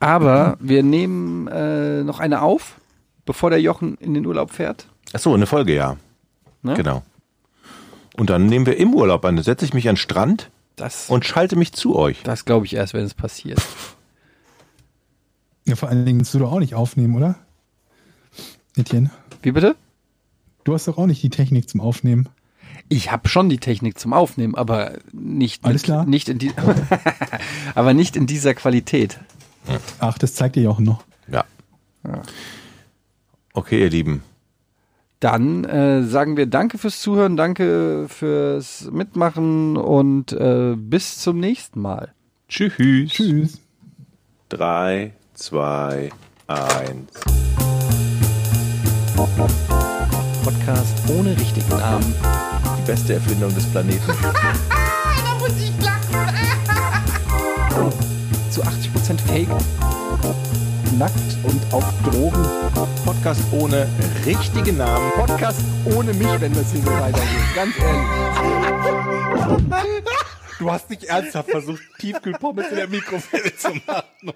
Aber wir nehmen äh, noch eine auf, bevor der Jochen in den Urlaub fährt. Ach so, eine Folge, ja. Ne? Genau. Und dann nehmen wir im Urlaub an. Dann setze ich mich an den Strand Das, und schalte mich zu euch. das glaube ich erst, wenn es passiert. Ja, vor allen Dingen willst du doch auch nicht aufnehmen, oder? Etienne, Wie bitte? du hast doch auch nicht die Technik zum Aufnehmen. Ich habe schon die Technik zum Aufnehmen, aber nicht, Alles klar. nicht in die, aber nicht in dieser Qualität. Ach, das zeigt dir Jochen noch. Ja. Okay, ihr Lieben. Dann äh, sagen wir Danke fürs Zuhören, danke fürs Mitmachen und äh, bis zum nächsten Mal. Tschüss. Tschüss. Drei, zwei, eins. Podcast ohne richtigen Namen. Die beste Erfindung des Planeten. Da muss ich lachen. zu 80% Fake. Nackt und auf Drogen. Podcast ohne richtigen Namen. Podcast ohne mich, wenn das hier so weitergeht. Ganz ehrlich. Du hast nicht ernsthaft versucht, Tiefkühlpommes in der Mikrofile zu machen.